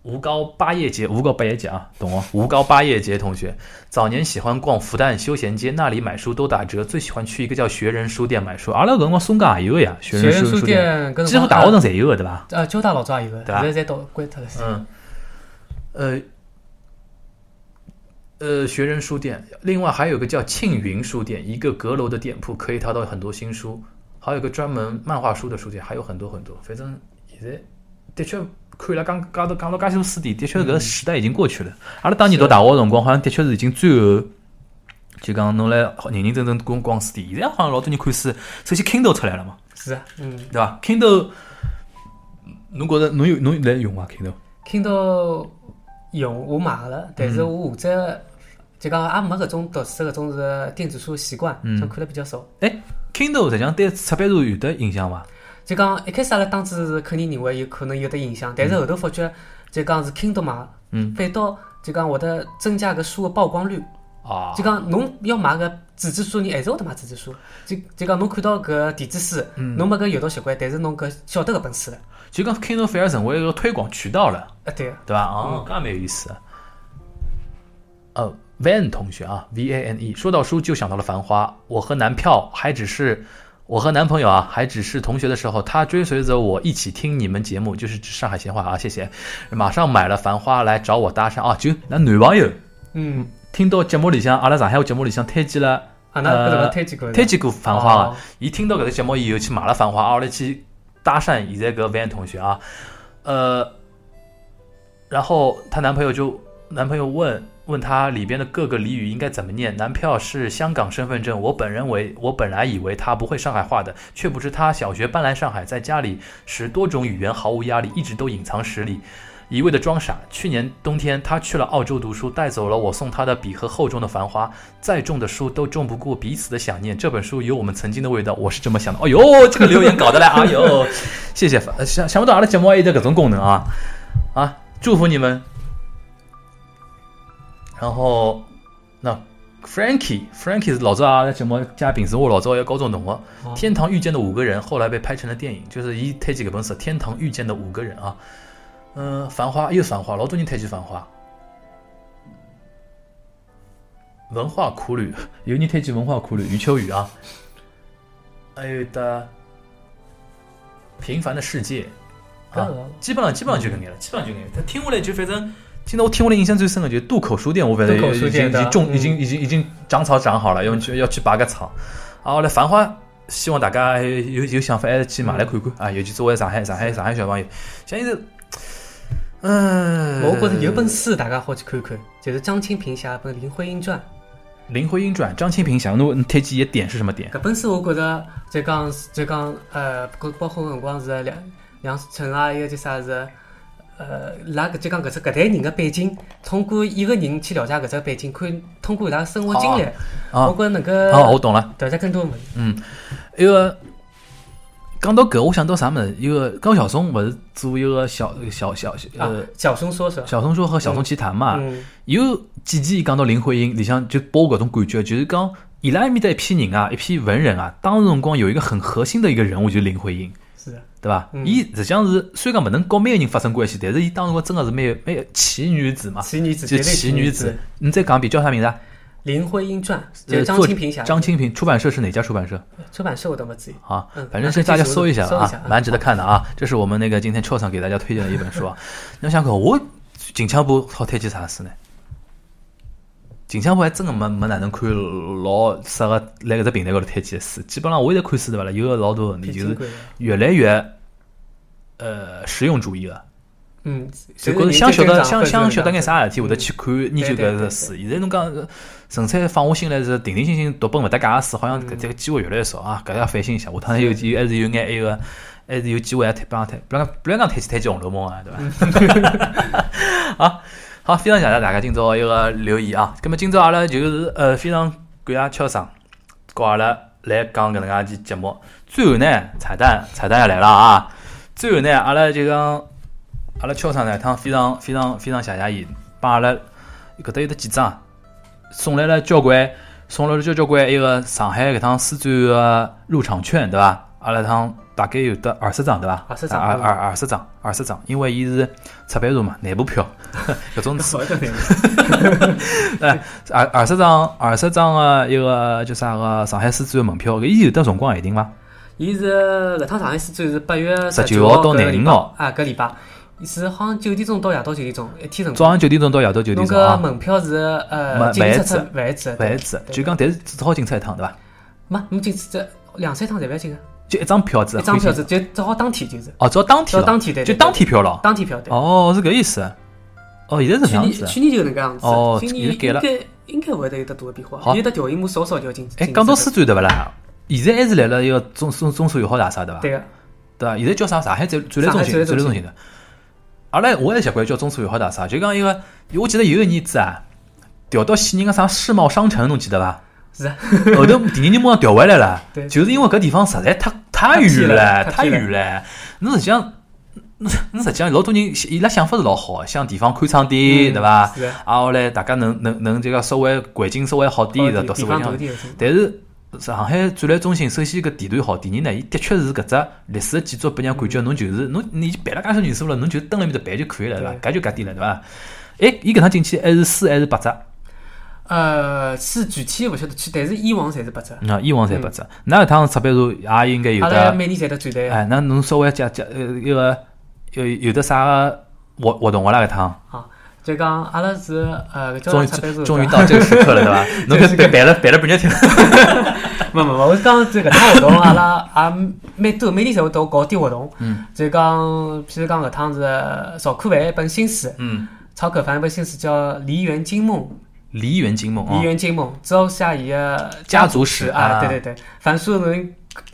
B: 吴高八叶节，吴高八叶节啊，懂哦。吴高八叶节同学，早年喜欢逛复旦休闲街，那里买书都打折，最喜欢去一个叫学人书店买书。阿拉搿辰光松江也有呀，学
C: 学
B: 人
C: 院
B: 书
C: 书
B: 店，
C: 店跟
B: 几乎大学生侪有的，对伐？
C: 呃交大老早也有的，
B: 对吧
C: 现在侪倒关脱了。
B: 嗯，呃，呃，学人书店，另外还有个叫庆云书店，一个阁楼的店铺，可以淘到很多新书，还有个专门漫画书的书店，还有很多很多。反正现在的确看了刚刚都讲到介许多书店，的确搿个时代已经过去了。阿拉当年读大学的辰光，好像的确是已经最后。就讲侬来认认真真逛逛书店，现在好像老多人看书，首先 Kindle 出来了嘛，
C: 是啊，嗯
B: 对伐？Kindle，侬觉着侬有侬来用伐？Kindle？
C: ，Kindle 用我买了，但
B: 嗯
C: 是我下载就讲也没搿种读书搿种是电子书习惯，
B: 嗯
C: 就看了比较少。
B: 哎，Kindle 实际上对出版社有得影响伐？
C: 就讲一开始阿拉当初是肯定认为有可能有得影响，但是后头发觉就讲是 Kindle 买，
B: 嗯
C: 反倒就讲会得增加搿书的曝光率。
B: 啊
C: 就讲侬要买搿纸质书，你还是会得买纸质书。就就讲侬看到搿电子书，
B: 嗯
C: 侬没搿阅读习惯，但是侬搿晓得搿本书了。
B: 就讲 Kindle 反而成为一个推广渠道了，
C: 啊，对啊，
B: 对伐？哦，搿也蛮有意思。呃，Van 同学啊，V A N E，说到书就想到了《繁花》，我和男票还只是。我和男朋友啊，还只是同学的时候，他追随着我一起听你们节目，就是指上海闲话啊，谢谢。马上买了《繁花》来找我搭讪啊，就那男朋友
C: 嗯，
B: 听到节目里向，阿拉上海话节目里向推荐了
C: 啊，那搿
B: 呃
C: 辰光推荐过，
B: 推荐过《繁花》啊
C: 哦，
B: 伊听到搿个节目以后去买了《繁花》，啊，后来去搭讪现在搿 Van 同学啊，呃，然后她男朋友就男朋友问问她里边的各个俚语应该怎么念，男票是香港身份证，我本人为我本来以为他不会上海话的，却不知他小学搬来上海，在家里时多种语言毫无压力，一直都隐藏实力。一味的装傻。去年冬天，他去了澳洲读书，带走了我送他的笔和厚重的《繁花》，再重的书都重不过彼此的想念。这本书有我们曾经的味道，我是这么想的。哎呦，这个留言搞得来，哎呦，谢谢，呃想想不到阿拉节目还有这种功能啊啊！祝福你们。然后，那 Frankie，Frankie 是老啊早阿拉节目嘉宾，是我老早一个高中同学。
C: 哦
B: 天堂遇见的五个人》后来被拍成了电影，就是伊推荐搿本书《天堂遇见的五个人》啊。嗯、繁花》又是《繁花》，老多人推荐《繁花》。文化苦旅，有人推荐《文化苦旅》，余秋雨啊。还有的《平凡的世界》
C: 搿
B: 啊
C: 个，
B: 基本上基本上就搿眼了，基本上就搿眼了。他听下来就反正，今朝我听下来印象最深的就是渡口书店，我反正
C: 渡口书
B: 已
C: 店
B: 经已经
C: 对吧
B: 种
C: 嗯
B: 已经已经已经长草长好了，要去要去拔个草。啊，后来《繁花》，希望大家还有有有想法还是去买来看看啊，尤其作为上海上海上海小朋友，像现在，嗯，
C: 我觉着有本书大家好去看看，就是张清平写的本《林徽因传
B: 《林徽因传》，张清平想侬侬推荐一点是什么点》。？
C: 搿本书我觉着就讲就讲呃，包包括辰光是梁梁思成啊，还有叫啥是。呃，伊拉搿就讲搿只搿代人的背景，通过一个人去了解搿只背景，看通过伊拉生活经历，
B: 啊
C: 我觉着能够
B: 哦，我懂了。
C: 了解更多的物事。
B: 一个讲到搿，我想到啥物事？一个高晓松勿是做一个小小小
C: 啊
B: 呃，啊
C: 小松说说，
B: 小松说和小松奇谈嘛，
C: 嗯，
B: 有几集讲到林徽因里向就包括搿种感觉，就是讲伊拉埃面搭一批人啊，一批文人啊，当时辰光有一个很核心的一个人物就是林徽因，
C: 是的，
B: 对伐？
C: 嗯
B: 伊实际上是虽然讲勿能跟每个人发生关系，但是伊当时辰光真个是蛮有蛮有奇女子嘛，
C: 奇女子，
B: 啊就
C: 绝对
B: 奇
C: 奇
B: 女
C: 子
B: 子。，你再讲一遍叫啥名字啊？
C: 《林徽因传》就
B: 呃
C: 是张
B: 作
C: 清平写的，
B: 张清平出版社是哪家出版社？
C: 出版社我都没注意。
B: 啊
C: 嗯，
B: 反正是大家搜一下
C: 搜一下
B: 啊
C: 啊，
B: 蛮值得看的啊。这是我们那个今天臭上给大家推荐的一本书啊。你要想看，我近腔部好推荐啥书呢？近腔部还真的没没哪能看老适合来搿只平台高头推荐的书。基本上我现在看书对伐啦，有个老大问题
C: 偏
B: 就是
C: 金贵的
B: 越来越呃实用主义了。
C: 嗯，
B: 就觉
C: 就
B: 着想晓得想想晓得眼
C: 眼？
B: 啥事体，会得
C: 嗯
B: 去看研究搿个书。现在侬讲纯粹放下心来是定定心心读本勿搭界个书，好像搿这个机会越来越少啊！搿要反省一下，下趟有有还是有眼埃个，还是有机会还推帮推，不然讲不然讲推荐推荐《红楼梦》啊，对伐？啊，好，非常谢谢大家今朝一个留言啊。咁么今朝阿拉就是呃非常感谢秋生，跟阿拉来讲搿能介一期节目。最后呢，彩蛋彩蛋要来了啊！最后呢，阿拉就讲阿拉秋生呢，趟非常非常非常谢谢伊，帮阿拉搿搭有得几张啊，送来了交关。送了交交关一个上海搿趟书展个入场券，对伐？阿拉趟大概有得二十张，对伐？啊
C: 20张
B: 二
C: 嗯
B: 二二十张，二十张，因为伊是出版社嘛，内部票，搿 种
C: 少一个人，
B: 二二十张二十张个一个叫啥个上海书展个门票，搿伊有得辰光限定伐？
C: 伊是搿趟上海书展是八月
B: 19
C: 号
B: 号到
C: 搿个
B: 廿
C: 礼
B: 五
C: 拜
B: 号
C: 啊，搿礼拜是好像九点钟到夜到九点钟，一天辰
B: 早
C: 光。
B: 上九点钟到夜到九
C: 侬
B: 点钟
C: 搿
B: 啊，
C: 门票是呃
B: 买
C: 进
B: 买
C: 出
B: 一次
C: 出万一次，
B: 勿限制，
C: 对
B: 就讲但是只好进出一趟，对伐？
C: 没侬进出这两三趟侪勿要紧个，
B: 就一张票子，
C: 一张票
B: 可以进
C: 子就只好当天就是
B: 哦，只要当天
C: 只
B: 了，
C: 要当天对对
B: 就
C: 对
B: 当天票了。
C: 当天票对。
B: 哦，是搿意思。哦，现在是搿
C: 去
B: 样子
C: 年。去年就搿能介样子，
B: 哦
C: 今
B: 有
C: 年
B: 改
C: 应
B: 了
C: 该应该勿会得有得大个变化，
B: 好
C: 有得调音幕少少调进。
B: 哎，
C: 进
B: 讲到
C: 出
B: 书展对勿啦？现在还是来了一个中中中山友好大厦对伐？
C: 对啊个，
B: 对伐？现在叫啥？上海展展览中心，
C: 上海展
B: 展
C: 览中心
B: 览中心的。阿拉我也习惯叫中山友好大厦，就讲一个，我记得有一年子啊，调到西宁个啥世贸商城，侬记得伐？
C: 是啊，
B: 后头第二年马上调回来了
C: 对，
B: 就是因为搿地方实在太太
C: 太偏
B: 远
C: 了
B: 太
C: 太偏
B: 远了。侬实际上，侬侬实际上老多人伊拉想法是老好，啊想地方看场地，
C: 嗯
B: 对伐？
C: 是啊
B: 啊，后来大家能能能这个稍微环境稍微好点，
C: 哦
B: 读
C: 地
B: 书
C: 方
B: 环
C: 大
B: 境
C: 点是
B: 但是上海展览中心，首先搿地段好，第二呢，伊的确是搿只历史的建筑，拨人家
C: 嗯
B: 感觉侬就是侬，你已经办了介许多年数了，侬就蹲辣面搭办就可以了，对伐？搿就搿点了，对伐？哎，伊搿趟进去还是四还是八折？
C: 呃，是具体勿晓得去，但是以往侪是八折，
B: 啊，以往侪八折。那搿趟出版社也应该有
C: 嗯阿拉
B: 的。
C: 每年侪得转台
B: 哎，那侬稍微讲讲呃一个有有的啥个活活动勿啦？搿趟
C: 啊，就讲阿拉是呃搿叫
B: 终于
C: 啥班组
B: 终于到这个时刻了，对伐？侬搿办办了办了半日天，
C: 没没没，我是讲这搿趟活动，阿拉也蛮多，每年侪会都搞点活动。嗯，就讲，譬如讲搿趟是邵科凡一本新书，
B: 嗯，
C: 曹可凡一本新书叫《梨园惊梦》，
B: 梨园惊梦
C: 梨
B: 啊，
C: 园惊梦》之后写伊个
B: 家族史
C: 史
B: 啊
C: 啊，对对对，凡书能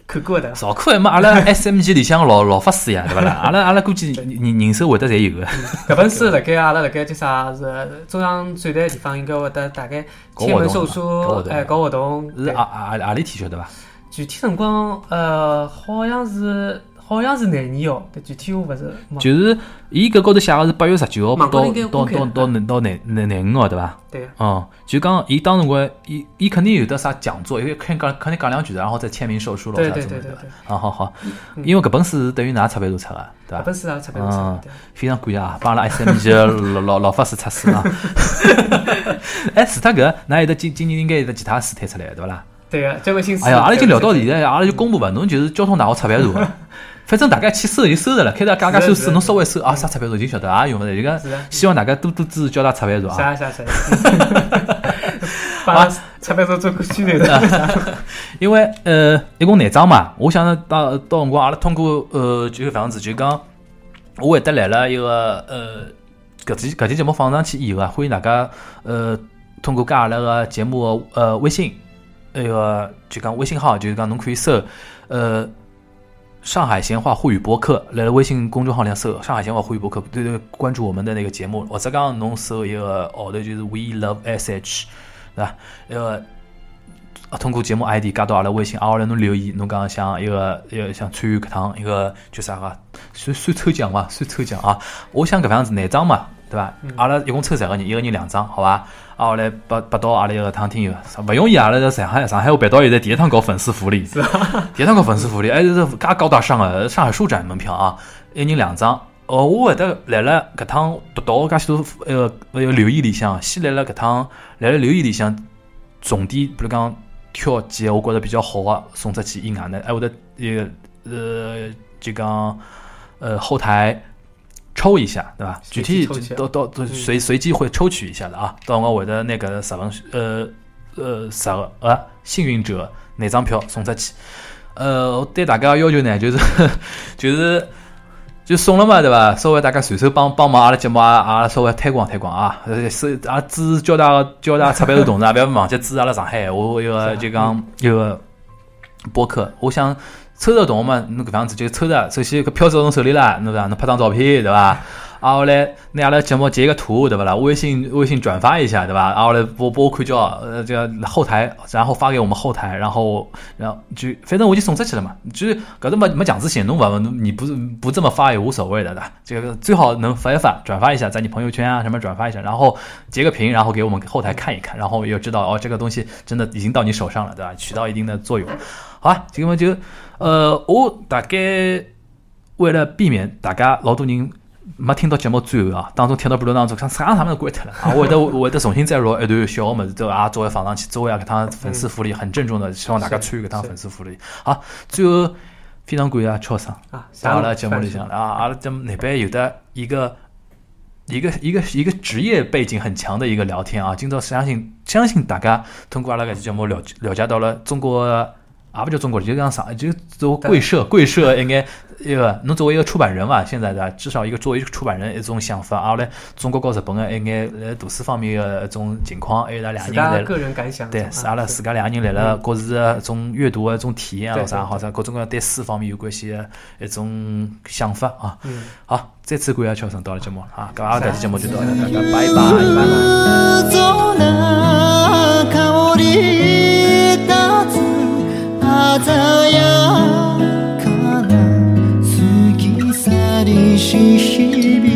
C: 看过的。
B: 少看嘛，阿拉 SMG 里向老老法师呀，对伐啦？阿拉阿拉估计人人手会得侪有个。
C: 搿本书辣盖阿拉辣盖叫啥是中央展台地方应该会得大概
B: 搞
C: 贴
B: 活
C: 门
B: 动
C: 售
B: 嘛搞活
C: 书，
B: 动
C: 哎，搞活动。
B: 是
C: 对
B: 阿阿阿里天晓得伐？
C: 具体辰光，呃，好像是好像是廿二号，但具体我勿是。没
B: 就是伊搿高头写个是八月十九号
C: 网
B: 到
C: 高头应该有
B: 到
C: 公开
B: 到到到廿廿廿五号对伐？
C: 对。啊
B: 哦，就讲伊当辰光，伊伊肯定有得啥讲座，因为肯定讲肯定讲两句的，然后再签名售书咯
C: 对
B: 啥
C: 对
B: 子
C: 对
B: 的。
C: 对
B: 伐
C: 对
B: 好
C: 嗯
B: 好好，因为搿本书是等于㑚出版社出个，对伐
C: 搿本？书也出版
B: 嗯
C: 社对。，
B: 非常感谢啊，帮阿拉 SMG 的老 老老法师出书啊。 哎，除脱搿，㑚有得今今年应该有得其他书推出来，对伐啦？
C: 对个，交关新书。
B: 哎呀，阿拉就聊到现在，阿拉就公布伐，侬就是交通大学出版社 的。啊反正大家去搜就搜着了，开头讲讲
C: 是
B: 收
C: 的
B: 书，
C: 是的
B: 侬稍微搜啊啥出版社就晓得啊，用勿着。就讲
C: 是的
B: 希望大家多多支持交大出版社
C: 是
B: 啊，
C: 啊是啊是 啊。把出版社做过宣传
B: 啊
C: 的，
B: 因为呃一共廿张嘛，我想着到到辰光阿拉通过呃就搿样子就讲，我会得来了一个呃搿期搿期节目放上去以后啊，欢迎大家呃通过加阿拉个节目的呃微信，那个就讲微信号，就是讲侬可以搜呃。上海闲话沪语博客，来了微信公众号里向搜“上海闲话沪语博客”，对对，关注我们的那个节目。或者讲侬搜一个号头就是 “We Love SH”，对吧？呃，啊通过节目 ID 加到阿拉微信，啊，阿拉侬留言，侬讲想一个一个想参与搿趟一个叫啥个，算算抽奖伐？算抽奖啊！我想搿能样子廿张嘛，对伐？阿拉一共抽十个人，一个人两张，好伐？啊，后来拨拨到阿拉一个趟听友，勿容易啊，阿拉在上海上海我办到现在第一趟搞粉丝福利，第一趟搞粉丝福利，哎，这是介高大上个上海书展门票啊，一人两张。哦，我会得来了搿趟读到介许多呃呃留言里向，先来了搿趟来了留言里向重点，比如讲挑几个我觉着比较好个送出去以外呢，还会得呃呃就讲呃后台抽一下，对伐？具
C: 随
B: 体
C: 机抽一下嗯
B: 到到到随随机会抽取一下的啊，到辰光会得那个十份呃呃十个呃幸运者拿张票送出去。呃，我对大家的要求呢，就是 就是就送了嘛，对伐？稍微大家随手帮帮忙，阿拉节目也也稍微推广推广啊。呃，是啊，支持交大交大出版社同志啊，不要忘记支持阿拉上海闲话一个就讲一个播客。我想抽得动嘛，侬搿样子就抽着，首先搿票子到侬手里啦，侬对伐？侬拍张照片，对伐？啊，后来拿阿拉节目截一个图，对不啦？微信微信转发一下，对吧？啊，后来拨拨我看叫，呃，这个后台，然后发给我们后台，然后然后就反正我已经送出去了嘛，就是搿种没没强制性，侬勿你不不这么发也无所谓的，对吧？这个最好能发一发，转发一下，在你朋友圈啊什么转发一下，然后截个屏，然后给我们后台看一看，然后又知道哦，这个东西真的已经到你手上了，对吧？起到一定的作用。好啊，这个么就呃，我大概为了避免大家老多人没听到节目最后啊，当中听到半路当中，像啥啥么子关掉了啊，我会得我会得重新再录一段小个么子，都啊作为放上去，作为啊搿趟粉丝福利很郑重的，希望大家参与搿趟粉丝福利。好，最后非常感谢超生
C: 啊，
B: 在阿拉
C: 谢
B: 节
C: 谢
B: 目里向啊，阿拉节目那边有的一个。一个一个一个职业背景很强的一个聊天啊，今朝相信相信大家通过阿拉搿期节目了解了解到了中国，也勿叫中国，就讲上就做贵社贵社应该一个侬作为一个出版人嘛，啊现在对伐？至少一个作为一个出版人一种想法，啊，来中国和日本个一眼来读书呃方面个一种情况，还有咱两
C: 自
B: 人来
C: 家个人感想，
B: 对，是阿拉
C: 是
B: 自家两个人来了各自的种阅读的种体验啊，
C: 嗯对
B: 或啥
C: 对
B: 好啥，各种各样对书方面有关系的一种想法啊。
C: 嗯
B: 好，再次感谢乔生到了节目啊，搿阿拉搿期节目就到这，大
C: 嗯
B: 家拜拜。
C: 拜拜。
E: ぞな香り立つ鮮やかな過ぎ去りし日々